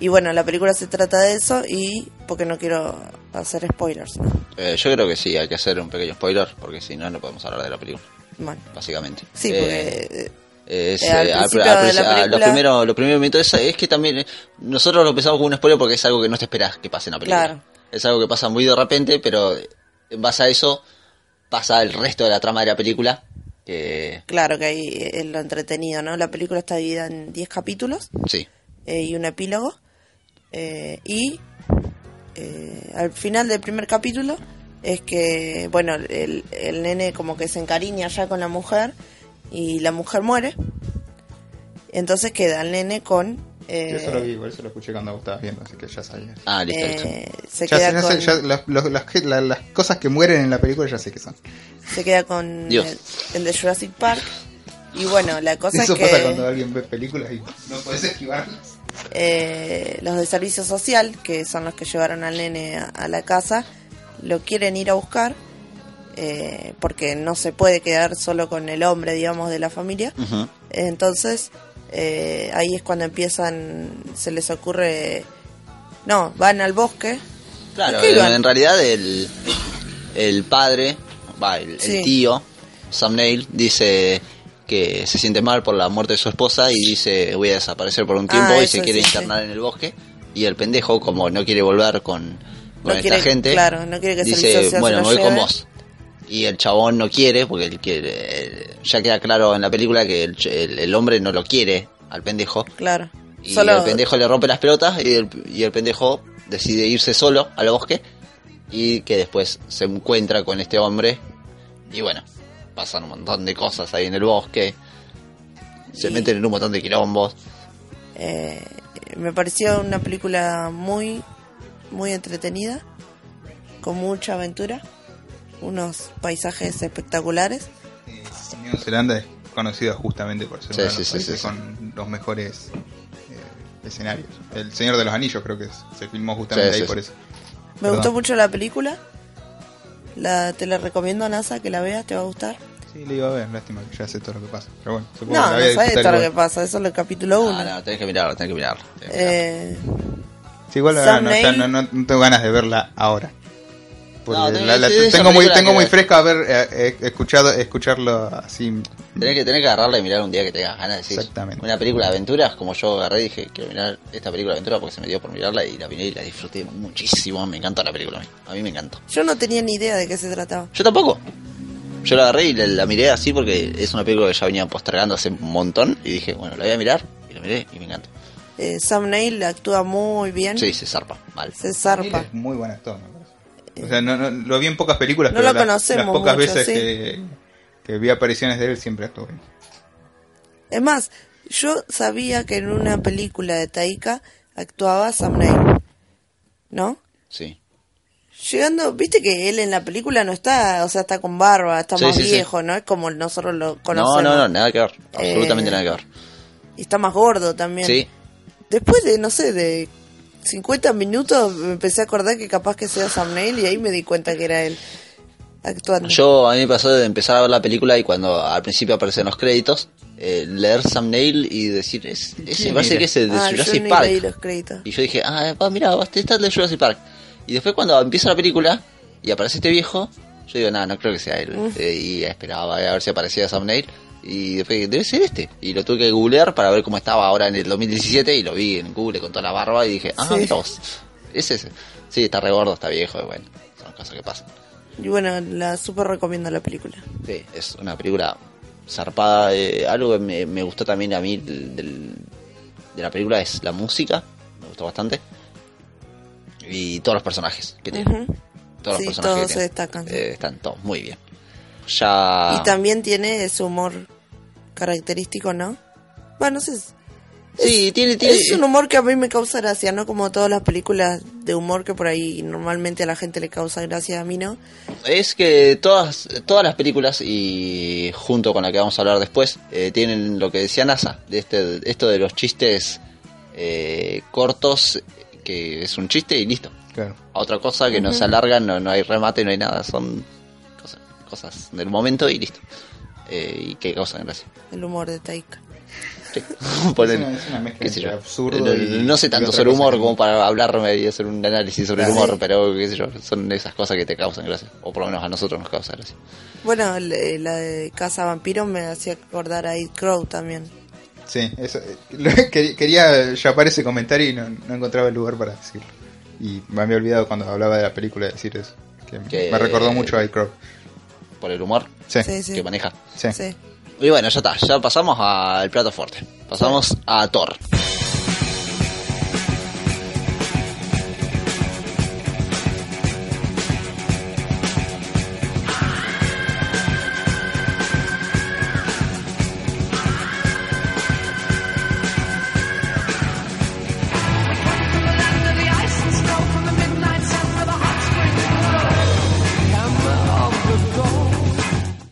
Y bueno, la película se trata de eso y porque no quiero hacer spoilers, ¿no? eh, yo creo que sí, hay que hacer un pequeño spoiler, porque si no, no podemos hablar de la película, Bueno, básicamente. sí, Eh, porque... eh, Es, Eh, al eh, al- principio al- de la a- película- lo primero, lo primero momento es, es que también eh, nosotros lo pensamos como un spoiler porque es algo que no te esperas que pase en la película. Claro. Es algo que pasa muy de repente, pero en base a eso pasa el resto de la trama de la película. Que Claro que ahí es lo entretenido, ¿no? La película está dividida en 10 capítulos sí, eh, y un epílogo. Eh, y eh, al final del primer capítulo es que, bueno, el, el nene como que se encariña ya con la mujer y la mujer muere. Entonces queda el nene con... eh, Yo eso lo vi, igual eso lo escuché cuando vos estabas viendo, así que ya sabía. ah, listo, listo. eh, se Ya queda sé, ya con, sé, ya las, los- las que- la- las cosas que mueren en la película ya sé que son. se queda con Dios. el, el de Jurassic Park. Y bueno, la cosa Eso es que... pasa cuando alguien ve películas y no puedes esquivarlas. eh, los de servicio social, que son los que llevaron al nene a, a la casa, lo quieren ir a buscar eh, porque no se puede quedar solo con el hombre, digamos, de la familia. Ujú. Entonces, eh, ahí es cuando empiezan, se les ocurre, no, van al bosque. Claro, ¿Qué en, iban? en realidad el, el padre, va, el, el Sí. tío, Sam Neill, dice que se siente mal por la muerte de su esposa y dice voy a desaparecer por un Ah, tiempo y se eso quiere sí, internar en el bosque. Y el pendejo, como no quiere volver con, con esta quiere- gente, claro, no quiere que se dice lo lleve, se bueno, lo me voy con lleve". vos. Y el chabón no quiere, porque él quiere, él- ya queda claro en la película que el, ch- el- el hombre no lo quiere al pendejo. Claro. Y Solo el pendejo le rompe las pelotas y el, y el pendejo decide irse solo al bosque y que después se encuentra con este hombre y bueno, pasan un montón de cosas ahí en el bosque, se Y- meten en un montón de quilombos. eh, me pareció una película muy, muy entretenida, con mucha aventura, unos paisajes espectaculares. Nueva Eh, Zelanda es conocida justamente por ser Sí, uno de sí, los sí, países sí, sí. con los mejores eh, escenarios. El Señor de los Anillos creo que es- se filmó justamente Sí, ahí sí, por sí. eso. Me Perdón. gustó mucho la película. La, te la recomiendo, NASA, que la veas, te va a gustar. Sí, Sí, le iba a ver, lástima que ya sé todo lo que pasa. Pero bueno, supongo No, la no voy sabes a disfrutar todo lo que igual. pasa, eso es el capítulo 1. Ah, no, tenés que mirarlo, tenés que mirarlo. tenés que mirarlo. eh, Sí, igual ahora Sam no, está- Neill. no, no- no tengo ganas de verla ahora. Porque No, tenés- la- la- sí, esa tengo muy, película tengo que- muy fresca haber eh, eh, escuchado, escucharlo así. Tenés que, tenés que agarrarla y mirar un día que tengas ganas de decir. Exactamente. Una película de aventuras, como yo agarré y dije, quiero mirar esta película de aventuras porque se me dio por mirarla y la miré y la disfruté muchísimo. Me encanta la película a mí. A mí me encantó. yo no tenía ni idea de qué se trataba. Yo tampoco. Yo la agarré y la, la miré así porque es una película que ya venía postergando hace un montón y dije, bueno, la voy a mirar y la miré y me encantó. Eh, Sam Neill actúa muy bien. Sí, se zarpa, mal. Se zarpa. Es muy buen actor, me parece. O sea, no, no- lo vi en pocas películas, Eh. No pero lo las- conocemos las pocas mucho, veces sí. que, que vi apariciones de él siempre actuó bien. Es más, yo sabía que en una película de Taika actuaba Sam Neill. ¿No? Sí. Llegando, viste que él en la película no está, o sea, está con barba, está Sí, más sí, sí. viejo, ¿no? Es como nosotros lo No, conocemos. no, no, nada que ver. Absolutamente Eh, nada que ver. Y está más gordo también. Sí, Después de, no sé, de 50 minutos me empecé a acordar que capaz que sea Sam Neill y ahí me di cuenta que era él actuando. Yo a mí me pasó de empezar a ver la película y cuando al principio aparecen los créditos, eh, leer Sam Neill y decir, es, ese ¿Quién parece era? que es el de ah, yo Jurassic ni Park. leí los créditos. Y yo dije, ah, pa, mira, este está el de Jurassic Park. Y después cuando empieza la película y aparece este viejo, yo digo, no, no creo que sea él. Eh, y esperaba a ver si aparecía Sam Neill. Y después, debe ser este. Y lo tuve que googlear para ver cómo estaba ahora en el 2017 y lo vi en Google con toda la barba y dije, ah, Sí. mira vos, es ese. Sí, está re gordo, está viejo y bueno, son cosas que pasan. Y bueno, la super recomiendo la película. Sí, es una película zarpada. eh, algo que me, me gustó también a mí del- del- de la película es la música. Me gustó bastante. Y todos los personajes que tiene. Ujú. Todos Sí, los personajes todos que se tiene. destacan. Eh, están todos muy bien. Ya. Y también tiene ese humor característico, ¿no? Bueno, no sé. es- sí, tiene. tiene Es un humor que a mí me causa gracia, ¿no? Como todas las películas de humor que por ahí normalmente a la gente le causa gracia, a mí no. Es que todas, todas las películas, y junto con la que vamos a hablar después, eh, tienen lo que decía NASA, de este, esto de los chistes eh, cortos, que es un chiste y listo. Claro. a otra cosa que no se alargan, no, no hay remate, no hay nada, son cosas, cosas del momento y listo. Eh, y qué causan gracia. El humor de Taika. Sí. Es una- es una mezcla qué sé entre yo. absurdo No, y- no sé y tanto otra sobre cosa humor que- como para hablarme y hacer un análisis sobre el Claro. humor, pero qué sé yo, son esas cosas que te causan gracia, o por lo menos a nosotros nos causa gracia. Bueno, el- eh, la de Casa Vampiro me hacía acordar a Ed Crow también. Sí, eso, eh, lo que- quería yapar ese comentario y no, no encontraba el lugar para decirlo. Y me había olvidado cuando hablaba de la película de decir eso. Que Que- Me recordó mucho a iCrow. Por el humor Sí, Sí, sí. que maneja. sí. Sí. Y bueno, ya está, ya pasamos al plato fuerte. Pasamos a Thor.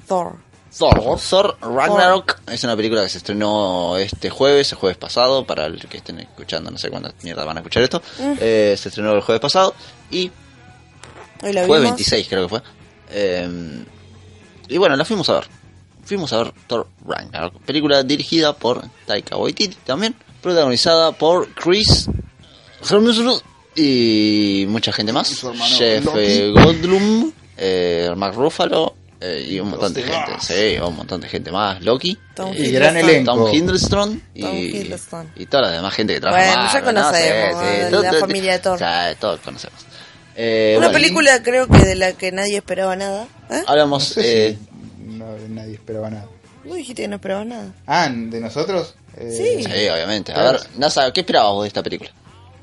Thor. Thor. Thor Ragnarok es una película que se estrenó este jueves, el jueves pasado, para el que estén escuchando, no sé cuándo mierda van a escuchar esto. Eh, se estrenó el jueves pasado y Hoy la fue vimos. 26 creo que fue. Eh, y bueno, la fuimos a ver. Fuimos a ver Thor Ragnarok, película dirigida por Taika Waititi también, protagonizada por Chris Hemsworth y mucha gente más. Jeff eh, Goldblum, eh, Mark Ruffalo eh, y un montón de gente. Sí, un montón de gente más. Loki, Tom eh, Y gran Hiddleston. elenco. Tom Hiddleston y, Tom Hiddleston. y toda la demás gente que trabaja. Bueno, en ya Marvel, ¿no? conocemos, la todo- todo- familia de Thor. o sea, todos conocemos. Eh, Una bueno, película creo que de la que nadie esperaba nada. ¿Eh? No Hablamos. sé si eh, no- nadie esperaba nada. No dijiste que no esperaba nada. Ah, ¿de nosotros? Eh, Sí. sí, obviamente. A Claro. ver, NASA, ¿qué esperabas vos de esta película?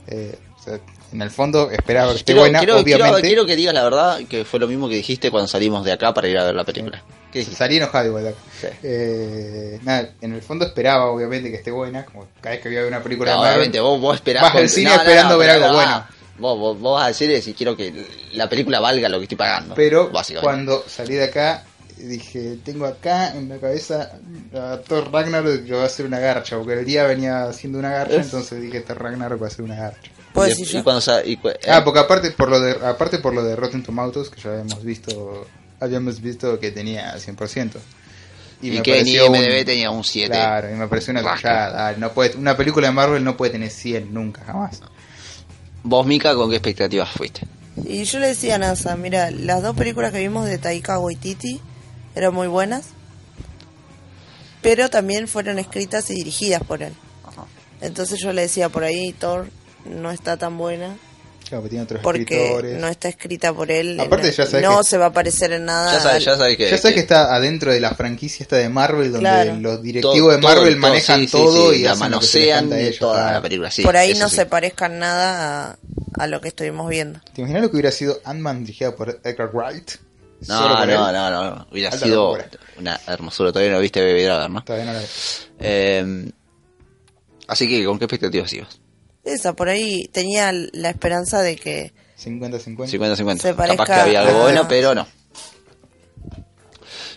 eh, o sea, en el fondo esperaba que esté Quiero, buena, quiero- quiero- obviamente. quiero que digas la verdad, que fue lo mismo que dijiste cuando salimos de acá para ir a ver la película. ¿Qué dijiste? Salí enojado igual. de acá. Sí. Eh, nada, en el fondo esperaba obviamente que esté buena, como cada vez que veía una película No, de Marvel. obviamente, vos, vos esperás. Vas al con- cine esperando ver pero algo la- bueno. Vos, vos, vos vas al cine y quiero que la película valga lo que estoy pagando. Pero básicamente. cuando salí de acá, dije, tengo acá en la cabeza a Thor Ragnarok que va a ser una garcha, porque el día venía haciendo una garcha, entonces dije, Thor Ragnarok va a ser una garcha. ¿Puedo Y- decir y yo? cuando sa- y cu- eh, Ah, porque aparte por lo de aparte por lo de Rotten Tomatoes que ya habíamos visto habíamos visto que tenía 100%. Y, me que en pareció un- IMDB tenía un 7. Claro, y me pareció una Rasca. callada. no puede, una película de Marvel no puede tener 100 nunca, jamás. Vos, Mika, ¿con qué expectativas fuiste? Y yo le decía a NASA, mira, las dos películas que vimos de Taika Waititi eran muy buenas, pero también fueron escritas y dirigidas por él. Ajá. Entonces yo le decía, por ahí Thor no está tan buena Claro, porque tiene otros porque escritores. no está escrita por él. Aparte ya sabes no que- se va a parecer en nada. Ya sabes, ya sabes que. ya sabes que está adentro de la franquicia esta de Marvel, donde Claro. los todo- directivos de todo- Marvel todo, manejan sí, sí, todo sí, y la hacen lo que se les manosean canta a y ellos, Ah. toda claro. la película. Sí, por ahí eso no sí. se parezca en nada a, a lo que estuvimos viendo. ¿Te imaginas lo que hubiera sido Ant-Man dirigida por Edgar Wright? Solo No, por él. no, no, no, no. Hubiera Alta sido locura. una hermosura. Todavía no viste Baby Driver, ¿no? Todavía no lo- Eh, así que, ¿con qué expectativas ibas? Esa, por ahí tenía la esperanza de que 50-50. 50-50. Se Capaz parezca que había algo a- bueno, pero no.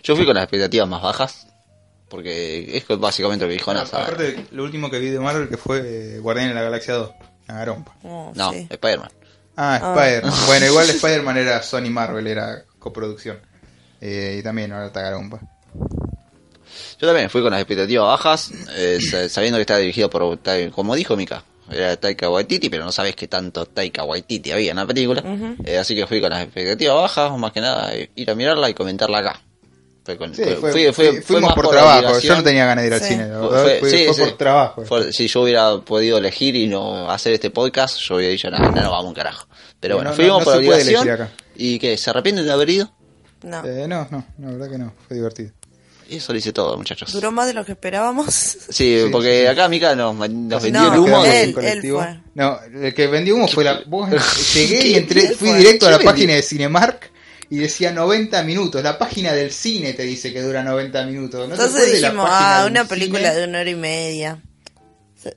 Yo fui con las expectativas más bajas. Porque es básicamente lo que dijo Nasa. Aparte, lo último que vi de Marvel que fue eh, Guardián de la Galaxia 2. Una garompa. oh, No, sí. Spider-Man. Ah, Ah. Spider-Man. Bueno, igual Spider-Man era Sony Marvel, era coproducción. Eh, y también ahora está garompa. Yo también fui con las expectativas bajas, eh, sa- sabiendo que estaba dirigido por, Tai- como dijo Mika, era Taika Waititi, pero no sabes que tanto Taika Waititi había en la película. Eh, así que fui con las expectativas bajas, más que nada, eh, ir a mirarla y comentarla acá. Fue con- Sí, fue- fue- fui- fui- fui- fue fuimos más por, trabajo. Yo obligación. no tenía ganas de ir al Sí. cine. la Fue- verdad, fue- Fue, sí, fue sí. por trabajo. Fue- si yo hubiera podido elegir y no hacer este podcast, yo hubiera dicho, nada, no, no, vamos un carajo. Pero No, bueno, no, fuimos no por se puede obligación. elegir acá. ¿Y que ¿Se arrepienten de haber ido? No. Eh, no, no, la verdad que no. Fue divertido. Y Eso lo hice todo, muchachos. Duró más de lo que esperábamos. Sí, Sí, porque sí. acá Mika nos, nos vendió No, el humo quedamos de... él, sin colectivo. él fue. No, el que vendió humo fue la. vos- llegué y ¿Qué entré, fui fue? directo a la ¿Qué vendió? página de Cinemark y decía 90 minutos. La página del cine te dice que dura 90 minutos. No se Entonces puede la dijimos, página ah, del una cine". película de una hora y media. Se-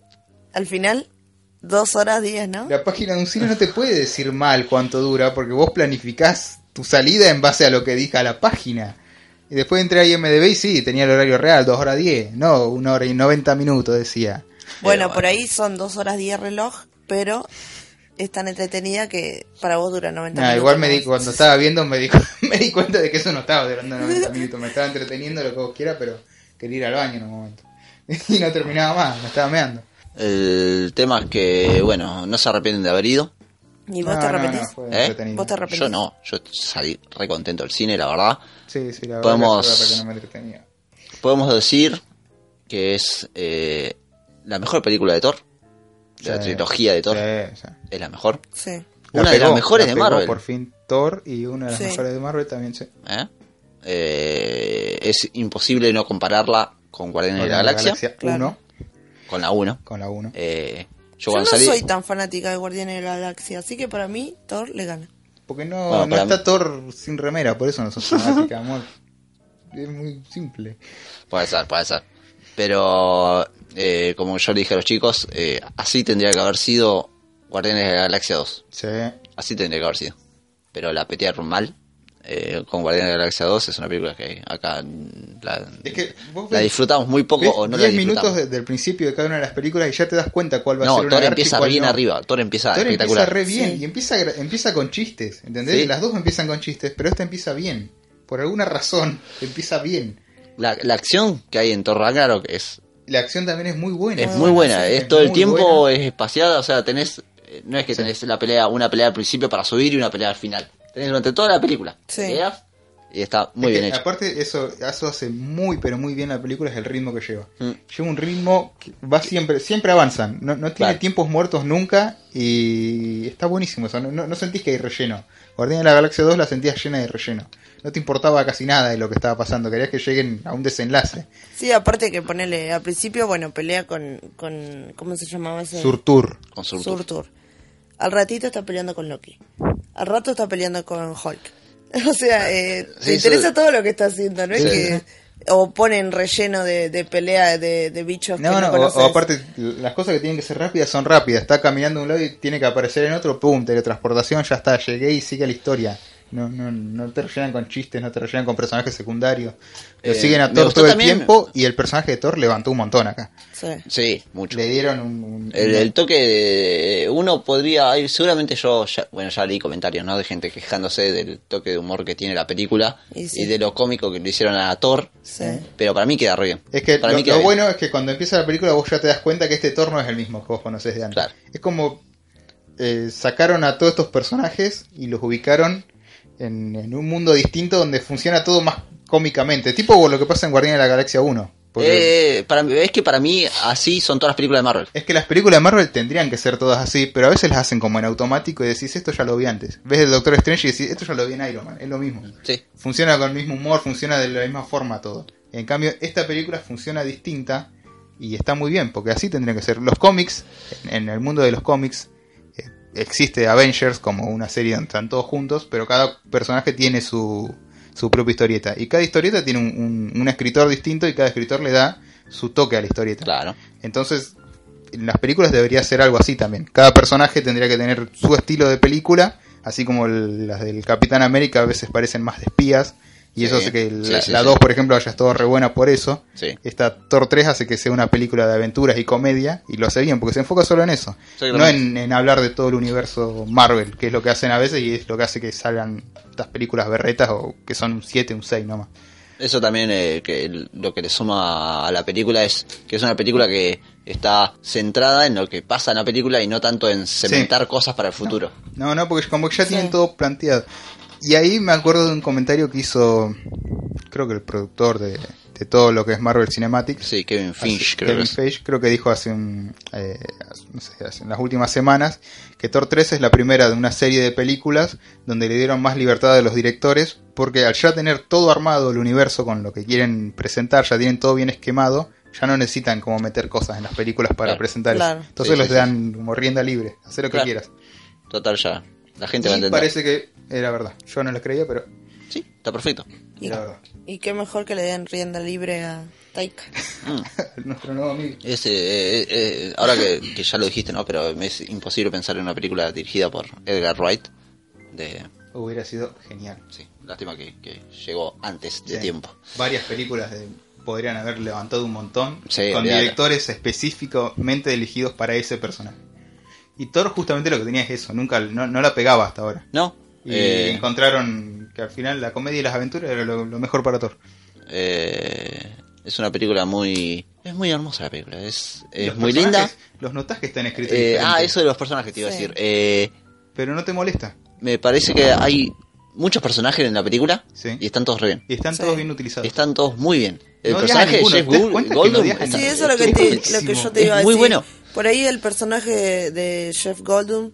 Al final, dos horas diez, ¿no? La página de un cine no te puede decir mal cuánto dura porque vos planificás tu salida en base a lo que diga la página. Y después entré a IMDB y sí, tenía el horario real, 2 horas 10, no, 1 hora y 90 minutos decía. bueno, bueno. por ahí son dos horas diez reloj, pero es tan entretenida que para vos dura 90 Nah, minutos. igual me ¿no? di, cuando estaba viendo me di, me di cuenta de que eso no estaba durando 90 minutos, me estaba entreteniendo lo que vos quieras, pero quería ir al baño en un momento. Y no terminaba más, me estaba meando. El tema es que, bueno, no se arrepienten de haber ido. ¿Y vos No, te no, no, repetís? fue ¿Eh? entretenido. ¿Vos te arrepentís? Yo no, yo salí re contento del cine, la verdad. Sí, sí, la verdad Podemos- que es verdad que no me entretenía. Podemos decir que es eh, la mejor película de Thor. De la Sí. trilogía de Thor. Sí, sí. es la mejor. Sí. Una de las mejores la de pegó Marvel. Por fin Thor y una de las Sí. mejores de Marvel también, sí. ¿eh? Eh, es imposible no compararla con Guardianes de Con la Galaxia, Claro. 1, con la 1. con la 1. Eh, yo Yo no cuando salí... soy tan fanática de Guardianes de la Galaxia, así que para mí Thor le gana. Porque no, Bueno, no para está mí- Thor sin remera, por eso no sos fanática, amor. Es muy simple. Puede ser, puede ser. Pero, eh, como yo le dije a los chicos, eh, así tendría que haber sido Guardianes de la Galaxia 2. Sí. Así tendría que haber sido. Pero la petearon mal. eh, con Guardianes de la Galaxia 2 es una película que acá mm, la, Es que vos la ves- disfrutamos muy poco Ves o no la 10 minutos disfrutamos. de- del principio de cada una de las películas y ya te das cuenta cuál va a no, ser una Thor garcha y empieza cuál bien no. arriba. Thor empieza Thor empieza espectacular. re bien Sí. y empieza, gra- empieza con chistes, ¿entendés? Sí. Las dos empiezan con chistes, pero esta empieza bien. Por alguna razón, empieza bien. La, la acción que hay en Thor Ragnarok es, La acción también es muy buena. es muy buena. Sí, es todo el muy tiempo, buena. es espaciada. O sea, tenés. eh, No es que tenés la pelea, una pelea al principio para subir y una pelea al final. Tenés durante toda la película. Sí. Peleas y está muy Es que, bien hecho. Aparte, eso, eso hace muy, pero muy bien la película, es el ritmo que lleva. Mm. Lleva un ritmo que va siempre, siempre avanzan. No, no tiene Claro. tiempos muertos nunca y está buenísimo eso. No, no- no sentís que hay relleno. Guardián de la Galaxia 2 la sentías llena de relleno. No te importaba casi nada de lo que estaba pasando. Querías que lleguen a un desenlace. Sí, aparte que ponele, al principio, bueno, pelea con, con ¿cómo se llamaba ese? Surtur. Con Surtur. Surtur. Al ratito está peleando con Loki. Al rato está peleando con Hulk. O sea, eh, te Sí, interesa sí. todo lo que está haciendo, ¿no? Sí. Es que o ponen relleno de, de pelea de, de bichos que No, no, no, o- conoces. o, aparte, las cosas que tienen que ser rápidas son rápidas. Está caminando de un lado y tiene que aparecer en otro, pum, teletransportación, ya está, llegué y sigue la historia. No, no, no te rellenan con chistes, no te rellenan con personajes secundarios. Lo Eh, siguen a me Thor gustó todo el también- tiempo y el personaje de Thor levantó un montón acá. Sí. Sí, mucho. Le dieron un... un- El, el toque de uno podría, ay, seguramente yo, ya- bueno, ya leí comentarios, ¿no? De gente quejándose del toque de humor que tiene la película Y y, sí. de lo cómico que le hicieron a Thor, Sí. pero para mí queda re bien. Es que para lo, mí queda lo bien. bueno es que cuando empieza la película vos ya te das cuenta que este Thor no es el mismo que vos conocés de antes. Claro. Es como eh, sacaron a todos estos personajes y los ubicaron en, en un mundo distinto donde funciona todo más cómicamente. Tipo lo que pasa en Guardián de la Galaxia 1. Porque Eh, para, mí- es que para mí así son todas las películas de Marvel. Es que las películas de Marvel tendrían que ser todas así, pero a veces las hacen como en automático y decís, esto ya lo vi antes. Ves el Doctor Strange y decís, esto ya lo vi en Iron Man, es lo mismo. Sí. Funciona con el mismo humor, funciona de la misma forma todo. En cambio, esta película funciona distinta y está muy bien, porque así tendrían que ser. Los cómics, en, en el mundo de los cómics, eh, existe Avengers como una serie donde están todos juntos, pero cada personaje tiene su, su propia historieta. Y cada historieta tiene un, un- un escritor distinto y cada escritor le da su toque a la historieta. Claro. Entonces, en las películas debería ser algo así también. Cada personaje tendría que tener su estilo de película, así como el- las del Capitán América a veces parecen más de espías. Y Sí. eso hace que Sí, la, sí, la sí. 2, por ejemplo, haya estado re buena por eso. Sí. Esta Thor 3 hace que sea una película de aventuras y comedia, y lo hace bien, porque se enfoca solo en eso. No Exactamente. en, en hablar de todo el universo Marvel, que es lo que hacen a veces y es lo que hace que salgan estas películas berretas o que son un 7, un 6 nomás. Eso también eh, que el- lo que le suma a la película es que es una película que está centrada en lo que pasa en la película y no tanto en cementar cosas para el futuro. No, no, porque como que ya tienen Sí. todo planteado. Y ahí me acuerdo de un comentario que hizo, creo que el productor de, de todo lo que es Marvel Cinematic, Sí, Kevin Finch, hace- creo que Kevin es. Feige, creo que dijo hace, un, eh, hace- no sé, hace- en las últimas semanas que Thor 3 es la primera de una serie de películas donde le dieron más libertad a los directores porque al ya tener todo armado el universo con lo que quieren presentar, ya tienen todo bien esquemado, ya no necesitan como meter cosas en las películas para Claro. presentar eso. Claro. Entonces Sí, les sí, sí. dan como rienda libre, hacer lo que Claro. quieras. Total, ya. La gente va a Y entender. parece que era verdad. Yo no lo creía, pero Sí, está perfecto. Y, era verdad. y qué mejor que le den rienda libre a Taika. Nuestro nuevo amigo. Es, eh, eh, eh, ahora que, que ya lo dijiste, ¿no? Pero me es imposible pensar en una película dirigida por Edgar Wright. De, Hubiera sido genial. sí, lástima que, que llegó antes de Sí. tiempo. Varias películas de- podrían haber levantado un montón Sí, con olvídate. directores específicamente elegidos para ese personaje. Y Thor justamente lo que tenía es eso, nunca no, no la pegaba hasta ahora. ¿No? Y eh, encontraron que al final la comedia y las aventuras era lo, lo mejor para Thor. eh, es una película muy... Es muy hermosa la película. Es, es Los muy linda. personajes- Los notas que están escritos. Eh, ah, diferente, eso de los personajes te iba a Sí. decir. Eh, Pero no te molesta. me parece que hay muchos personajes en la película Sí. y están todos re bien. Y están Sí. todos bien utilizados. Están todos muy bien. El No odias a personaje de ninguno, Jeff ¿te das Gold- cuenta que no Goldblum odias a está- Sí, nadie? eso es lo que, está te- buenísimo. lo que yo te iba a Es muy decir. bueno. Por ahí el personaje de Jeff Goldblum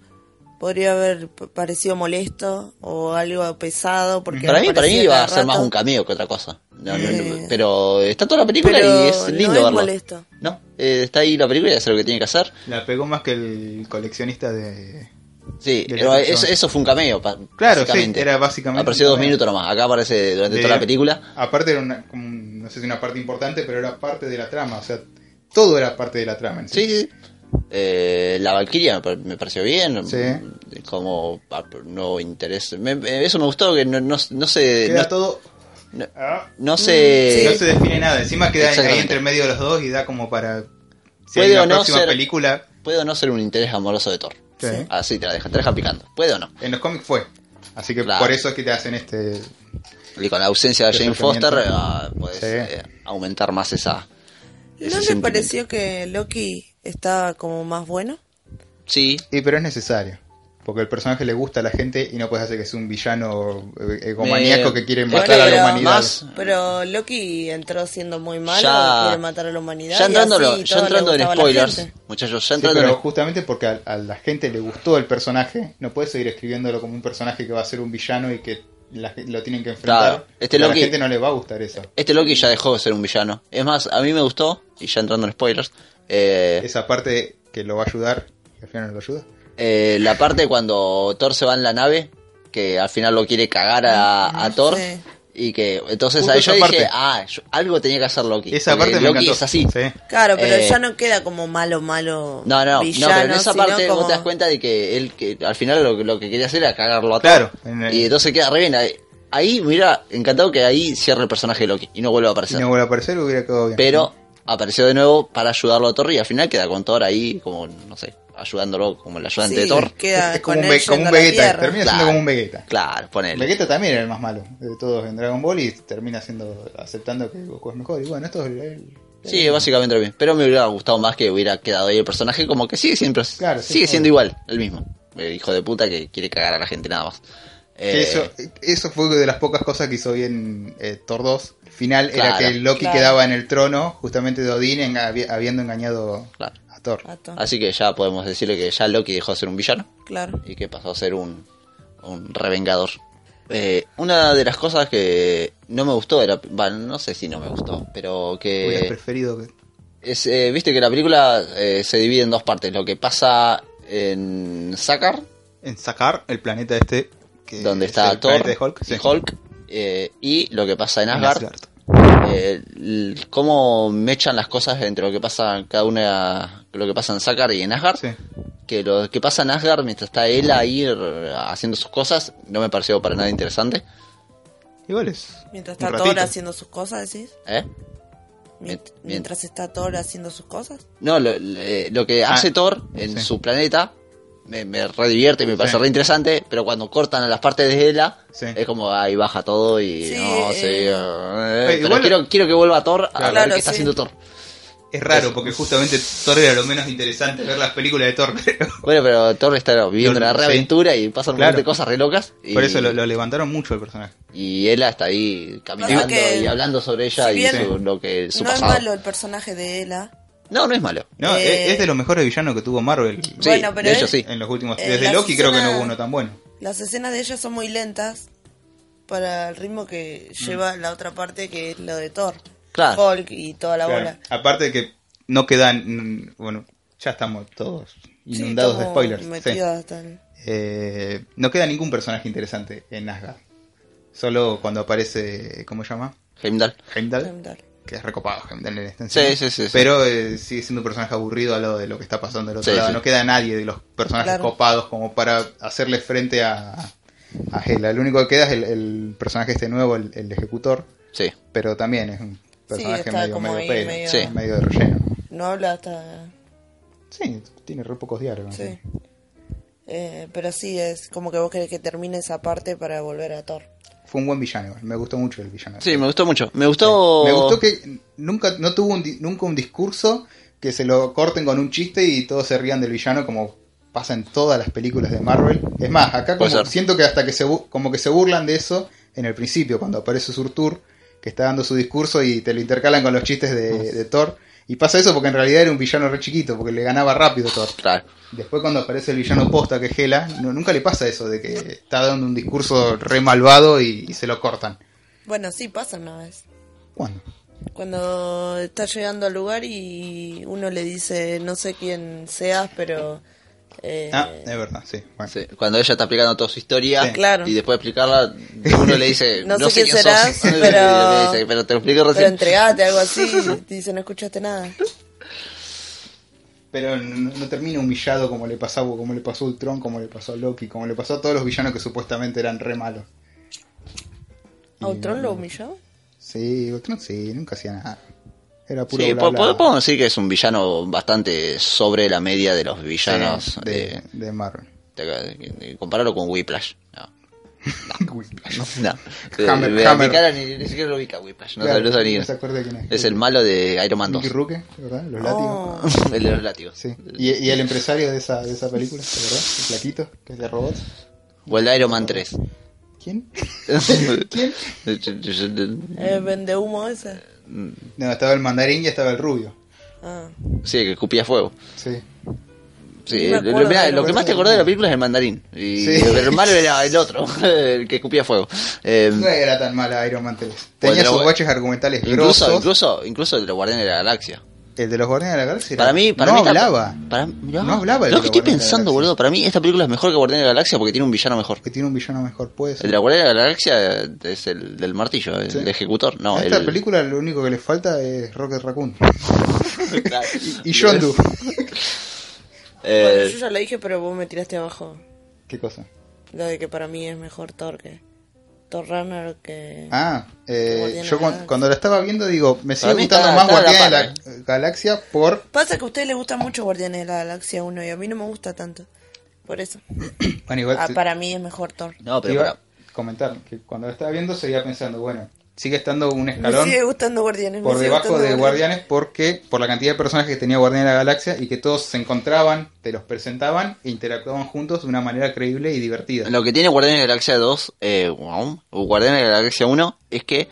podría haber p- parecido molesto o algo pesado. Porque Para mí, para mí aparecía iba a cada ser más rato. un cameo que otra cosa. No, no, Eh. no, pero está toda la película Pero y es lindo no es verlo. molesto. No, eh, está ahí la película y hace lo que tiene que hacer. La pegó más que el coleccionista de... Sí, De la pero persona. eso, eso fue un cameo. pa- Claro, básicamente. sí, era básicamente Apareció un dos cameo. minutos nomás. Acá aparece durante de- toda la película. Eh, Aparte era una, como un- no sé si una parte importante, pero era parte de la trama. O sea, todo era parte de la trama. en Sí, sí. sí. Eh, la Valkyria me par- me pareció bien. Sí. Como ah, no interés. me- eh, eso me gustó, que no, no, no se. Queda No, todo... Mm, no- ah, no se. No se define nada. Encima queda ahí- ahí Exactamente. entre medio de los dos y da como para... Si Puede hay o una no próxima ser- película... Puede o no ser un interés amoroso de Thor. Sí. Así te la dejan, te la dejan picando. Puede o no. En los cómics fue. Así que Claro. por eso es que te hacen este... Y con la ausencia de Ese Jane Foster, tratamiento. ah, puedes Sí. eh, aumentar más esa. ese ¿No le sentimiento. pareció que Loki estaba como más bueno? Sí, Y pero es necesario. Porque el personaje le gusta a la gente y no puedes hacer que sea un villano eh, egomaníaco Me- que quiere es matar a que la humanidad. más- Pero Loki entró siendo muy malo, Ya- quiere matar a la humanidad. ya y entrando, así lo- ya todo le entrando en gustaba a la spoilers, gente. muchachos, ya Sí, entrando pero en. justamente porque a, a la gente le gustó el personaje, no puedes seguir escribiéndolo como un personaje que va a ser un villano y que la gen- lo tienen que enfrentar. Claro, este porque a Loki- la gente no le va a gustar eso. Este Loki ya dejó de ser un villano. Es más, a mí me gustó, y ya entrando en spoilers, eh, Esa parte que lo va a ayudar, que al final no lo ayuda. Eh, la parte cuando Thor se va en la nave, que al final lo quiere cagar a, a Thor. Ah, Sí. Y que entonces Justo ahí yo esa dije, parte. ah, yo- algo tenía que hacer Loki. Esa porque parte me Loki encantó. es así. Sí. Claro, pero Eh, ya no queda como malo, malo. No, no, villano, no, pero en esa sino parte como- vos te das cuenta de que él que, al final lo, lo que quería hacer era cagarlo a Claro. todo. Y entonces queda re bien. Ahí, ahí, mira, encantado que ahí cierre el personaje de Loki y no vuelva a Si aparecer. no vuelve a aparecer, hubiera quedado bien. pero apareció de nuevo para ayudarlo a Thor y al final queda con Thor ahí como, no sé, ayudándolo como el ayudante de Sí, Thor. queda es, es con como él un, ve- yendo como un a la Vegeta. tierra. Termina siendo Claro. como un Vegeta. Claro, ponele. Vegeta también era el más malo de todos en Dragon Ball y termina siendo aceptando que Goku es mejor. Y bueno, esto es el- el- Sí, básicamente lo mismo. Pero me hubiera gustado más que hubiera quedado ahí el personaje como que sigue siempre, Claro, sí, sigue sí. siendo igual, el mismo. El hijo de puta que quiere cagar a la gente nada más. Que Eh, Eso, eso fue de las pocas cosas que hizo bien eh, Thor 2. El final Claro. era que Loki Claro. quedaba en el trono, justamente de Odín, en- habi- habiendo engañado Claro. a Thor. A Thor, Así que ya podemos decirle que ya Loki dejó de ser un villano Claro. y que pasó a ser un, un revengador. Eh, una de las cosas que no me gustó era, va, no sé si no me gustó, pero Hubieras que preferido que. es, eh, viste que la película eh, se divide en dos partes, lo que pasa en Sakar, En sacar el planeta este. Que donde es está el Thor planeta de Hulk. sí. y Hulk, eh, y lo que pasa en En Asgard, Asgard. eh, l- cómo mechan las cosas entre lo que pasa en cada una, lo que pasa en Sakar y en Asgard, Sí. que lo que pasa en Asgard mientras está él ahí r- haciendo sus cosas no me pareció para nada interesante. Igual es. Mientras un está ratito. Thor haciendo sus cosas, decís. ¿eh? Mi- Mient- Mientras está Thor haciendo sus cosas. No, lo, le- lo que Ah, hace Thor en sí. su planeta me, me re divierte y me parece Sí. re interesante, pero cuando cortan a las partes de Hela Sí. es como ahí baja todo y Sí, no sé. eh. eh, Eh, pero igual- quiero, quiero que vuelva Thor a Claro. ver Claro, qué está sí. haciendo Thor. Es raro porque justamente Thor era lo menos interesante ver las películas de Thor, creo. Bueno, pero Thor está viviendo Yo- una sí. reaventura y pasan un Claro. montón de cosas re locas. Y, Por eso lo, lo levantaron mucho el personaje. y Hela está ahí caminando que- y hablando sobre ella si y bien su- lo que su no pasado. es malo el personaje de Ela. No, no es malo. No, Eh, es- es de los mejores villanos que tuvo Marvel Sí, Bueno, pero de hecho él- sí. en los últimos. Eh, Desde la Loki creo que no escena- hubo uno tan bueno. Las escenas de ella son muy lentas para el ritmo que lleva la otra parte que es lo de Thor. Claro. Hulk y toda la Mm. Claro. bola. Aparte de que no quedan. mm, Bueno, ya estamos todos Sí, inundados de estamos spoilers. sí. metidos hasta el- Eh, no queda ningún personaje interesante en Asgard. Solo cuando aparece. ¿Cómo se llama? Heimdall. Heimdall. Dale. Que es recopado Heimdall en esta Sí, escena. sí, sí, sí. Pero eh, sigue siendo un personaje aburrido a lo de lo que está pasando del otro Sí, lado. sí. No queda nadie de los personajes Claro. copados como para hacerle frente a, a Hela. Lo único que queda es el, el personaje este nuevo, el, el ejecutor. Sí. Pero también es un personaje está medio, como medio, ahí, pelo, medio- Sí. medio de relleno. No habla hasta... Ah, Sí, tiene re pocos diálogos. Sí. Eh, pero sí, es como que vos querés que termine esa parte para volver a Thor. Fue un buen villano, igual. me gustó mucho el villano. Sí, me gustó mucho. Me gustó. Me gustó que nunca no tuvo un di- nunca un discurso que se lo corten con un chiste y todos se rían del villano como pasa en todas las películas de Marvel. Es más, acá Puede como ser. siento que hasta que se bu- como que se burlan de eso en el principio cuando aparece Surtur que está dando su discurso y te lo intercalan con los chistes de, de Thor y pasa eso porque en realidad era un villano re chiquito porque le ganaba rápido Thor. Claro. Después cuando aparece el villano posta que es Hela, no- nunca le pasa eso de que está dando un discurso re malvado y, y se lo cortan. Bueno, sí, pasa una vez. ¿Cuándo? Cuando está llegando al lugar y uno le dice, no sé quién seas, pero... eh, Ah, es verdad, sí. Bueno. Sí, Cuando ella está explicando toda su historia Sí. Claro. y después de explicarla, uno le dice, no, sé quién, serás, sos. pero- Y le dice, pero te lo explico Pero recién. entregate, algo así. Dice, no escuchaste nada. Pero no, no termina humillado como le pasaba, como le pasó a Ultron, como le pasó a Loki, como le pasó a todos los villanos que supuestamente eran re malos. ¿A Ultron lo humilló? Sí, Ultron sí, nunca hacía nada. Era puro Sí, bla, po- bla. po- podemos decir que es un villano bastante sobre la media de los villanos. Sí, eh, de, de Marvel. te- te- compararlo con Whiplash. No, Whiplash. no, no. Hammer, Eh, Hammer. ni cara ni, ni siquiera lo ubica Whiplash. No, Claro, no sabe ni- no se acuerda quién es. es el malo de Iron Man 2. Mickey Rourke, ¿verdad? Los látigos. Oh, el de los látigos. Sí. Y, y el empresario de esa, de esa película, ¿verdad? El platito, que es de robots. O el de Iron Man 3. ¿Quién? ¿Quién? eh, Mm. vende humo ese. No, estaba el mandarín y estaba el rubio. Ah, Sí, que escupía fuego. Sí. Sí, Ni me lo- acuerdo mirá, de lo lo que que más te era. acordás de la película es el mandarín. Y Sí. el malo era el otro, el que escupía fuego. Eh, No era tan mala Iron Man 3. Tenía Bueno, sus lo- baches argumentales incluso, grosos. incluso, incluso de los Guardianes de la Galaxia. El de los Guardianes de la Galaxia. era- Para mí, para no mí esta- hablaba. para- mirá. No hablaba el Lo de que los estoy Guardianes de la pensando, Galaxia. boludo, para mí esta película es mejor que Guardián de la Galaxia porque tiene un villano mejor. Que tiene un villano mejor, puede ser. El de la Guardián de la Galaxia eh, es el del martillo, el, Sí. ejecutor. No, A esta el- película lo único que le falta es Rocket Raccoon. Claro. y Yondu. Bueno, Eh, yo ya lo dije, pero vos me tiraste abajo. ¿Qué cosa? Lo de que para mí es mejor Thor que... Thor Ragnarok que... Ah, eh, Guardianes de yo la cuan- Galaxia. cuando la estaba viendo digo, me sigue mí gustando está- más está a la Guardianes de la par, Galaxia por... Pasa que a ustedes les gusta mucho Guardianes de la Galaxia 1 y a mí no me gusta tanto. Por eso. Bueno, igual Ah, te- para mí es mejor Thor. no, te pero iba para, a comentar que cuando la estaba viendo seguía pensando, bueno, sigue estando un Me escalón sigue gustando Guardianes. me por sigue debajo gustando de Guardianes porque por la cantidad de personajes que tenía Guardianes de la Galaxia y que todos se encontraban, te los presentaban e interactuaban juntos de una manera creíble y divertida. Lo que tiene Guardianes de la Galaxia 2, eh, wow, o Guardianes de la Galaxia 1, es que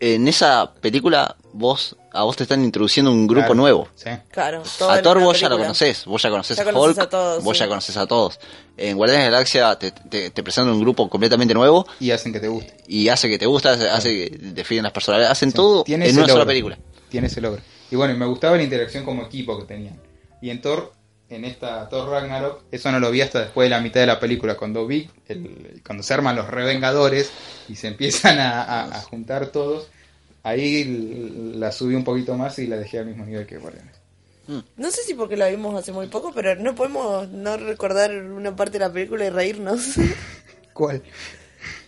en esa película vos a vos te están introduciendo un grupo Claro, nuevo. Sí. Claro, todo A en Thor una vos ya lo película. conocés, vos ya conocés Ya a conocés Hulk, a todos, vos sí. ya conocés a todos. En Guardianes de la Galaxia te, te, te presentan un grupo completamente nuevo Y hacen que te guste. y hace que te gusta, hace, hace que definen las personalidades, hacen Sí, todo en tiene una ese sola logro. película. Tiene ese logro. Y bueno, y me gustaba la interacción como equipo que tenían. Y en Thor, en esta Thor Ragnarok, eso no lo vi hasta después de la mitad de la película, cuando vi, el- cuando se arman los revengadores y se empiezan a, a- a juntar todos. Ahí l- la subí un poquito más y la dejé al mismo nivel que Guardianes. No sé si porque la vimos hace muy poco, pero no podemos no recordar una parte de la película y reírnos. ¿Cuál?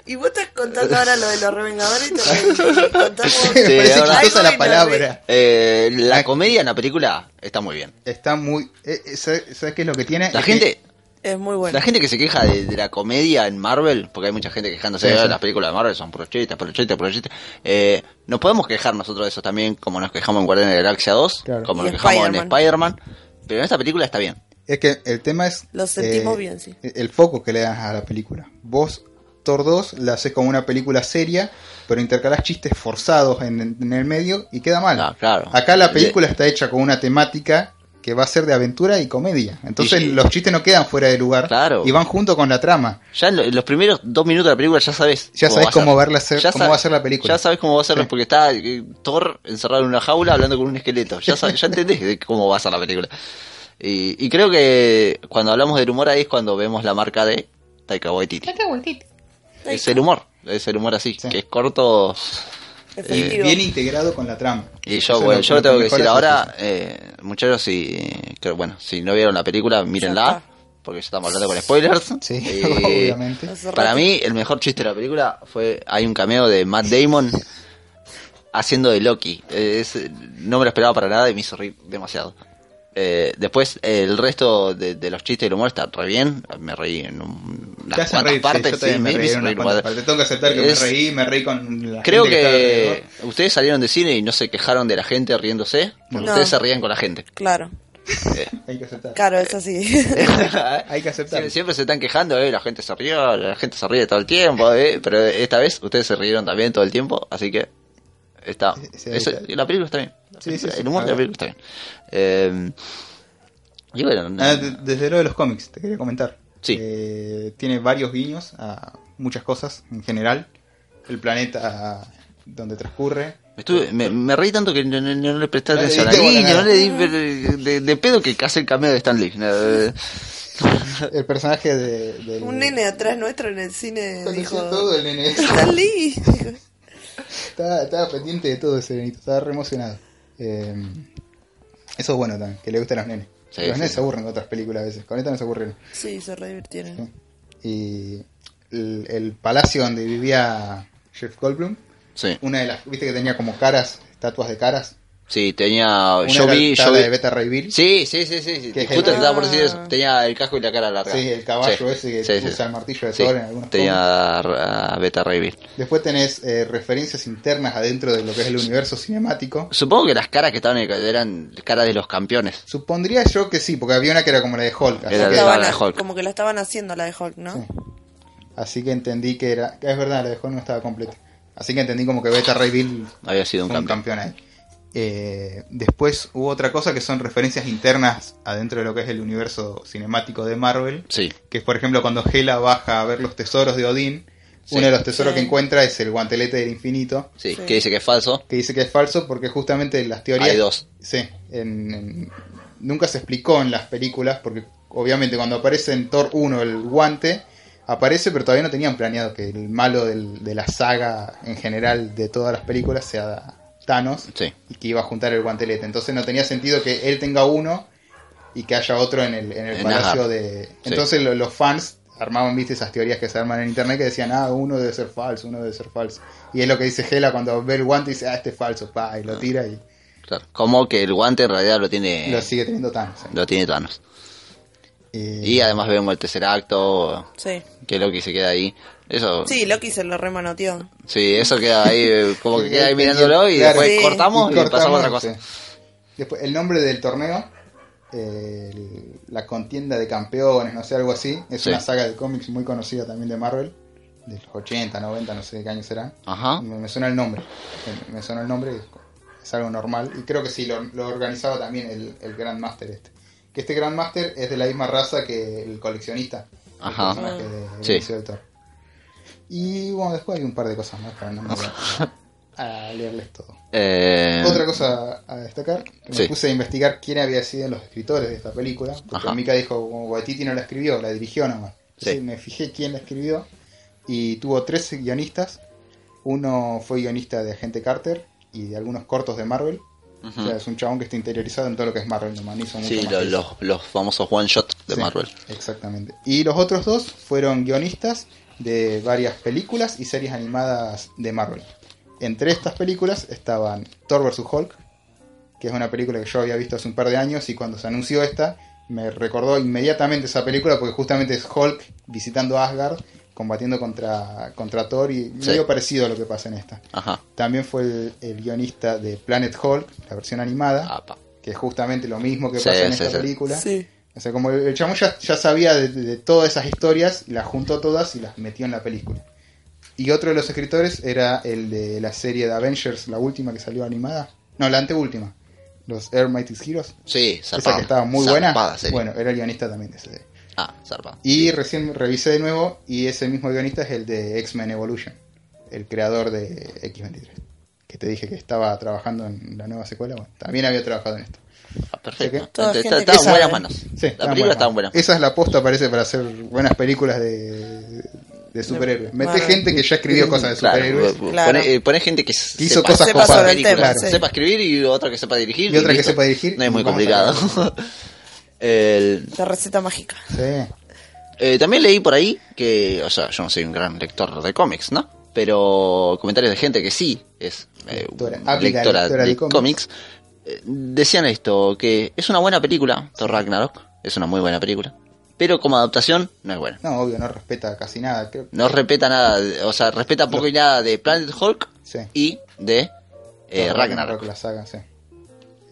y vos estás contando ahora lo de los Revengadores y te reís. Y contamos- Me parece chistosa ahora- Ay, la voy, no, palabra. Eh, la Ah. comedia en la película está muy bien. Está muy... eh, eh, ¿Sabes sabes qué es lo que tiene? La Es que- gente, Es muy bueno. La gente que se queja de, de la comedia en Marvel, porque hay mucha gente quejándose Sí, de sí. las películas de Marvel, son prochetas, prochetas, prochetas. Eh, nos podemos quejar nosotros de eso también, como nos quejamos en Guardianes de la Galaxia 2, Claro. como Y nos en quejamos en Spider-Man. Spider-Man, pero en esta película está bien. Es que el tema es. eh, Lo sentimos bien, sí. El foco que le das a la película. Vos, Thor 2, la haces como una película seria, pero intercalás chistes forzados en, en el medio y queda mal. Ah, claro. Acá la película está hecha con una temática que va a ser de aventura y comedia. Entonces Y- los chistes no quedan fuera de lugar Claro. y van junto con la trama. Ya en, lo- en los primeros dos minutos de la película ya sabes. Ya sabes va a ser. cómo verla ser- Ya cómo sab- va a ser la película. Ya sabes cómo va a ser, Sí. porque está eh, Thor encerrado en una jaula hablando con un esqueleto. Ya, sabes, ya entendés de cómo va a ser la película. Y, y creo que cuando hablamos del humor ahí es cuando vemos la marca de Taika Waititi. Es el humor, es el humor así, Sí. que es corto. eh, Efectivo. Bien integrado con la trama. Y Eso yo, es bueno, lo- yo lo lo tengo que mejor decir es ahora, eh, muchachos, si, que, bueno, si no vieron la película, mírenla, está. porque ya estamos hablando con spoilers. Sí, Eh, obviamente. Hace Para rato. mí, el mejor chiste de la película fue, hay un cameo de Matt Damon haciendo de Loki. Eh, es- no me lo esperaba para nada y me hizo reír demasiado. Eh, después, eh, el resto de, de los chistes y el humor está re bien. Me reí en un- unas Te hacen cuantas reír, sí, partes. yo sí, también me me- me reí en hizo unas reír un cuantas par- partes. Tengo que aceptar que Es- me reí, me reí con la Creo gente que, estaba que, alrededor. ustedes salieron de cine y no se quejaron de la gente riéndose, porque No. ustedes se rían con la gente. Claro, Hay que aceptar. claro, es así. Hay que aceptarlo. Siempre, siempre se están quejando, eh, la gente se rió, la gente se ríe todo el tiempo, eh, pero esta vez ustedes se rieron también todo el tiempo, así que está. Sí, eso- está. la película está bien. Sí, sí, sí. el humor de la película está bien. Eh, y bueno, no- Ah, de- desde lo de los cómics, te quería comentar. Sí. Eh, tiene varios guiños a muchas cosas en general. El planeta donde transcurre. me, estuve- me- me reí tanto que no, no- no le presté No le atención al diste bola, guiño, nada. no le di de, de- de pedo que hace el cameo de Stan Lee. No, eh, El personaje de, del- Un nene atrás nuestro en el cine Está dijo... haciendo todo el nene. "Stan Lee". Dijo, estaba, estaba pendiente de todo ese nenito, estaba re emocionado. Eh, eso es bueno también, que le gustan los nenes. Sí, los sí. nenes se aburren con otras películas a veces, con esta no se aburren. Sí, se re divirtieron. Y el, el palacio donde vivía Jeff Goldblum, sí, una de las, viste que tenía como caras, estatuas de caras. sí, tenía. Una Oh, Yo era- vi. estaba Yo la vi de Beta Ray Bill. Sí, sí, sí, sí. sí. Que Justo genera- estaba por decir eso. Tenía el casco y la cara larga. Sí, el caballo ese que usa el martillo de Thor en algunos Tenía a, a Beta Ray Bill. Después tenés eh, referencias internas adentro de lo que es el universo cinemático. Supongo que las caras que estaban en el- eran caras de los campeones. Supondría yo que sí, porque había una que era como la de Hulk. Así, Era que, de Estaban la de a- Hulk. Como que la estaban haciendo la de Hulk, ¿no? Sí. así que entendí que era... que Es verdad, la de Hulk no estaba completa. Así que entendí como que Beta Ray Bill Había sido fue un un campeón. campeón ahí. Eh, después hubo otra cosa que son referencias internas adentro de lo que es el universo cinemático de Marvel. Sí. que es por ejemplo cuando Hela baja a ver los tesoros de Odín, Sí. Uno de los tesoros Sí. que encuentra es el guantelete del infinito, Sí, Sí. que dice que es falso. que dice que es falso porque justamente las teorías... Hay dos. Sí, en- en- nunca se explicó en las películas porque obviamente cuando aparece en Thor 1 el guante, aparece pero todavía no tenían planeado que el malo del- de la saga en general de todas las películas sea Thanos Sí. y que iba a juntar el guantelete. Entonces no tenía sentido que él tenga uno y que haya otro en el, en el En palacio Ahab. de... Entonces lo- los fans armaban, viste, esas teorías que se arman en internet que decían, ah, uno debe ser falso, uno debe ser falso. Y es lo que dice Gela cuando ve el guante y dice, ah, este es falso, pa, y lo tira y Claro. Como que el guante en realidad lo tiene lo sigue teniendo Thanos. lo tiene Thanos. Eh, Y además vemos el tercer acto, Sí. que Loki se queda ahí. Eso sí, Sí, Loki se lo remanoteó. eso queda ahí, eh, como que queda ahí mirándolo y Claro. después Sí. cortamos y, pasamos a otra cosa. sí. Después, el nombre del torneo, eh, el- la contienda de campeones, no sé, algo así. Es Sí. una saga de cómics muy conocida también de Marvel, de los 80, 90, no sé de qué año será. Ajá. Me, me suena el nombre. Me, me suena el nombre, es, es algo normal. Y creo que sí, lo, lo organizaba también el, el Grandmaster este. Que este Grandmaster es de la misma raza que el coleccionista. el Ajá. personaje de- Ah. del Sí. Inicio del Thor. Eh, Y bueno, después hay un par de cosas más, pero no me voy a, a leerles todo. Eh, Otra cosa a destacar, que me Sí. puse a investigar quién había sido los escritores de esta película, porque Ajá. Mika dijo, "Bueno, Waititi no la escribió, la dirigió nomás. Sí. Sí, me fijé quién la escribió y tuvo tres guionistas. Uno fue guionista de Agente Carter y de algunos cortos de Marvel. Ujú. O sea, es un chabón que está interiorizado en todo lo que es Marvel, nomás, no hizo mucho sí, más lo- que eso. los, los famosos one shot de Sí, Marvel. Exactamente. Y los otros dos fueron guionistas de varias películas y series animadas de Marvel. Entre estas películas estaban Thor vs. Hulk, que es una película que yo había visto hace un par de años y cuando se anunció esta me recordó inmediatamente esa película porque justamente es Hulk visitando Asgard, combatiendo contra, contra Thor y Sí. medio parecido a lo que pasa en esta. Ajá. También fue el, el guionista de Planet Hulk, la versión animada, Apa. que es justamente lo mismo que Ah. Sí, pasa en sí, esta sí. película. Sí. O sea, como el chamo ya, ya sabía de, de todas esas historias, las juntó todas y las metió en la película. Y otro de los escritores era el de la serie de Avengers, la última que salió animada. No, la anteúltima. Los Air Mightiest Heroes. Sí, esa zarpada. que estaba muy buena. Zarpada serie. Bueno, era el guionista también de esa serie. Ah, zarpada. Y recién revisé de nuevo y ese mismo guionista es el de X-Men Evolution, el creador de X-23. Que te dije que estaba trabajando en la nueva secuela. Bueno, también había trabajado en esto. Ah, perfecto. Ok. Esta- Toda gente esta- que Estaba en sabe. buenas manos. Sí, estaban la película buenas. estaba en buenas manos. Esa es la aposta, parece, para hacer buenas películas de, de superhéroes. Mete Marvel. gente que ya escribió cosas de superhéroes Claro, Claro. Pone, eh, pone gente que, hizo cosas Sepa copadas. sobre el películas, tema, sí. sepa escribir y otra que sepa dirigir Y otra que listo. sepa dirigir, no es muy vamos a complicado El- La receta mágica. pues. Sí. eh, también leí por ahí que o sea yo no soy un gran lector de cómics no pero comentarios de gente que sí es eh, Lectora, una ávida lectora lectora de de cómics eh, decían esto que es una buena película Thor Ragnarok es una muy buena película pero como adaptación no es buena No, obvio, no respeta casi nada. Creo no respeta nada o sea respeta poco y nada de Planet Hulk Sí. y de eh, Thor Ragnarok La saga, sí.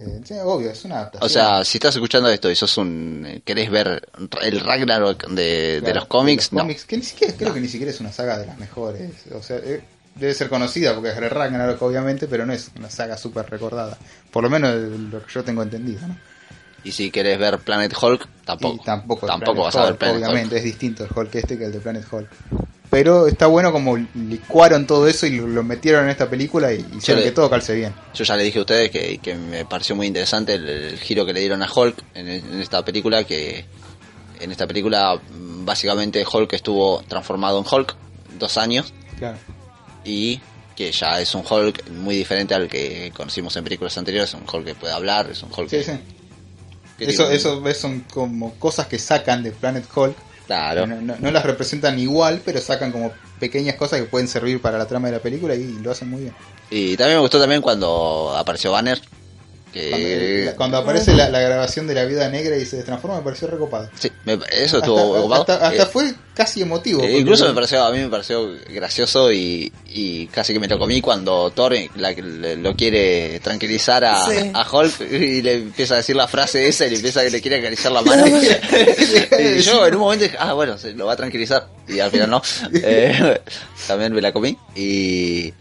Eh, sí, obvio, es una adaptación. O sea, si estás escuchando esto y sos un. eh, querés ver el Ragnarok de, Claro, de los cómics, no. cómics, que ni siquiera, creo que ni siquiera es una saga de las mejores. O sea, eh, debe ser conocida porque es Ragnarok, obviamente, pero no es una saga súper recordada. Por lo menos lo que yo tengo entendido, ¿no? Y si querés ver Planet Hulk, tampoco. Y tampoco, el Tampoco Planet vas a ver Hulk, Planet Obviamente, es distinto el Hulk este que el de Planet Hulk. Pero está bueno como licuaron todo eso y lo, lo metieron en esta película y hicieron le- que todo calce bien. Hulk. Yo ya le dije a ustedes que, que me pareció muy interesante el, el giro que le dieron a Hulk en, en esta película. Que en esta película, mm, básicamente, Hulk estuvo transformado en Hulk dos años Claro. y que ya es un Hulk muy diferente al que conocimos en películas anteriores. Es un Hulk que puede hablar, es un Hulk Sí, que- sí. que tiene Eso, un- eso ves, son como cosas que sacan de Planet Hulk. Claro. No, no- no las representan igual, pero sacan como pequeñas cosas que pueden servir para la trama de la película y, lo hacen muy bien. Y también me gustó también cuando apareció Banner. Eh. Que, Cuando, cuando aparece la, la grabación de la vida negra y se transforma, me pareció recopado. Sí, me- Hasta, eso estuvo ocupado. hasta- hasta Eh, fue casi emotivo. eh, porque- incluso me pareció, a mí me pareció gracioso y, y casi que me lo comí cuando Thor la- le- lo quiere tranquilizar a, Sí. a Hulk y le empieza a decir la frase esa y le empieza que le quiere acariciar la mano. y yo en un momento dije, ah, bueno, se lo va a tranquilizar. Y al final no. Eh, también me la comí. Y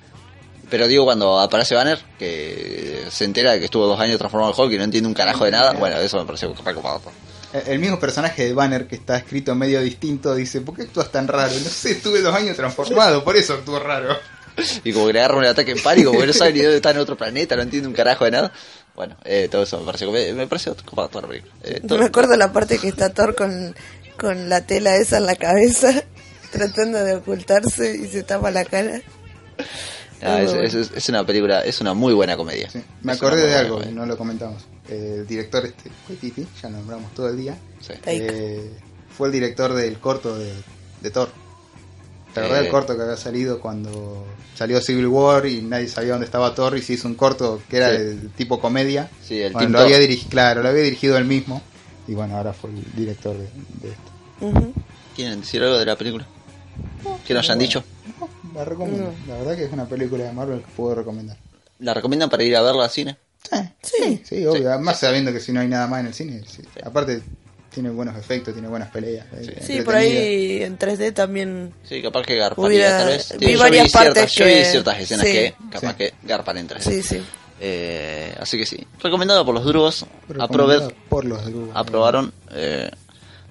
Pero digo, cuando aparece Banner, que se entera de que estuvo dos años transformado en Hulk y no entiende un carajo de nada, bueno, eso me pareció recopado. Eh, el mismo personaje de Banner que está escrito medio distinto dice, ¿por qué actúas tan raro? No sé, estuve dos años transformado, por eso actúo raro. Y como que le agarra un ataque en pánico, porque no sabe ni dónde está en otro planeta, no entiende un carajo de nada. Bueno, eh, todo eso me parece, comedia- me parece otro- copada toda la película. Eh, No todo- me acuerdo la parte que está Thor con, con la tela esa en la cabeza, tratando de ocultarse y se tapa la cara. Ah, es, es- es- es una película, es una muy buena comedia. Sí, me Es una acordé muy de buena algo, comedia. no lo comentamos. El director este, Waititi, ya nombramos todo el día, Sí. Taika. eh, fue el director del corto de, de Thor. ¿Te acordás Eh. del corto que había salido cuando salió Civil War y nadie sabía dónde estaba Thor y se hizo un corto que era Sí. de tipo comedia? Sí, el Bueno, Team lo Thor. había dirigido, claro, lo había dirigido él mismo y bueno, ahora fue el director de, de esto. Ujú. ¿Quieren decir algo de la película? ¿Qué nos han Bueno, dicho? La recomiendo, la verdad que es una película de Marvel que puedo recomendar. ¿La recomiendan para ir a verla al cine? Sí, sí, obvio. Además, sabiendo que si no hay nada más en el cine. sí. Aparte, tiene buenos efectos, tiene buenas peleas. eh, Sí, entretenida. por ahí en 3D también. Sí, capaz que garparía Hubiera- tal vez. vi Sí, yo varias ciertas- partes yo vi que- ciertas escenas sí. que capaz Sí. que garpan entre Sí, sí. Eh, así que sí. Recomendado por los drugos. Recomendada Aprobed, Por los grupos. aprobaron. eh,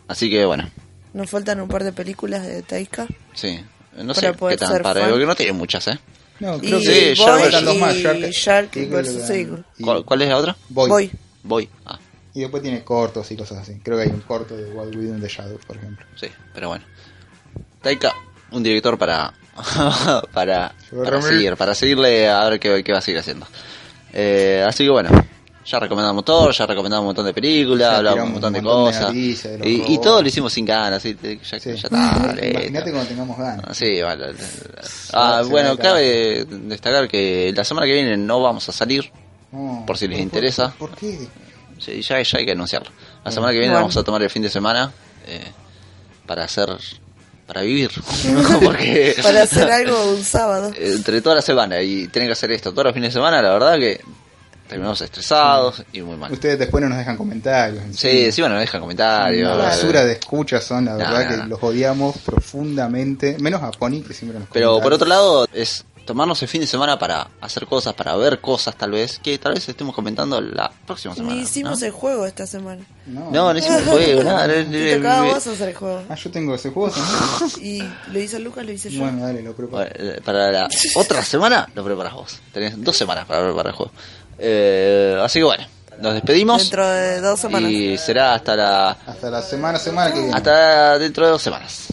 así que bueno, Nos faltan un par de películas de Taika. sí. Eh, No Para sé qué poder tan ser para. fan. Porque no tiene muchas, ¿eh? No, Y creo Sí, que Boy Shark faltan dos y más. Shark, Shark Eagle versus Eagle. Y, ¿Cuál, cuál es la otra? Boy. Voy. Voy. Ah, Y después tiene cortos y cosas así. Creo que hay un corto de Wild Within the Shadow, por ejemplo. sí, pero bueno. Taika, un director para. para, Yo para también. seguir, para seguirle a ver qué, qué va a seguir haciendo. Eh, así que bueno. Ya recomendamos todo, ya recomendamos un montón de películas, Ya hablamos tiramos un montón de un montón de cosas. noticias, de los y, y robots. todo lo hicimos sin ganas, ¿sí? ya, Sí. ya está. listo. Imagínate cuando tengamos ganas. Ah, Sí, bueno. eh, Ah, se bueno, me acaba. cabe destacar que la semana que viene no vamos a salir. No, Por si les pero interesa. ¿Por qué? Sí, ya, ya hay que anunciarlo. La semana que viene Bueno. vamos a tomar el fin de semana eh, para hacer. para vivir. Porque. Para hacer algo un sábado. Entre toda la semana y tienen que hacer esto todos los fines de semana, la verdad que terminamos Mm. estresados y muy mal. Ustedes después no nos dejan comentarios. Sí, sí, bueno, no dejan comentarios. La basura de escuchas son, la No, verdad, no, que no. los odiamos profundamente. Menos a Pony, que siempre nos Pero comenta por algo. otro lado, es tomarnos el fin de semana para hacer cosas, para ver cosas tal vez, que tal vez estemos comentando la próxima semana. Ni hicimos ¿no? el juego esta semana. No, no hicimos juego, nada. no- Te tocaba a no- vos hacer el juego. Ah, yo tengo ese juego también. Y lo hizo Lucas, lo hice yo. bueno, dale, lo preparo. Bueno, eh, Para la otra semana lo preparas vos. Tenés dos semanas para preparar el juego. Eh, así que bueno, nos despedimos. Dentro de dos semanas. Y será hasta la Hasta la semana, semana que viene. hasta dentro de dos semanas.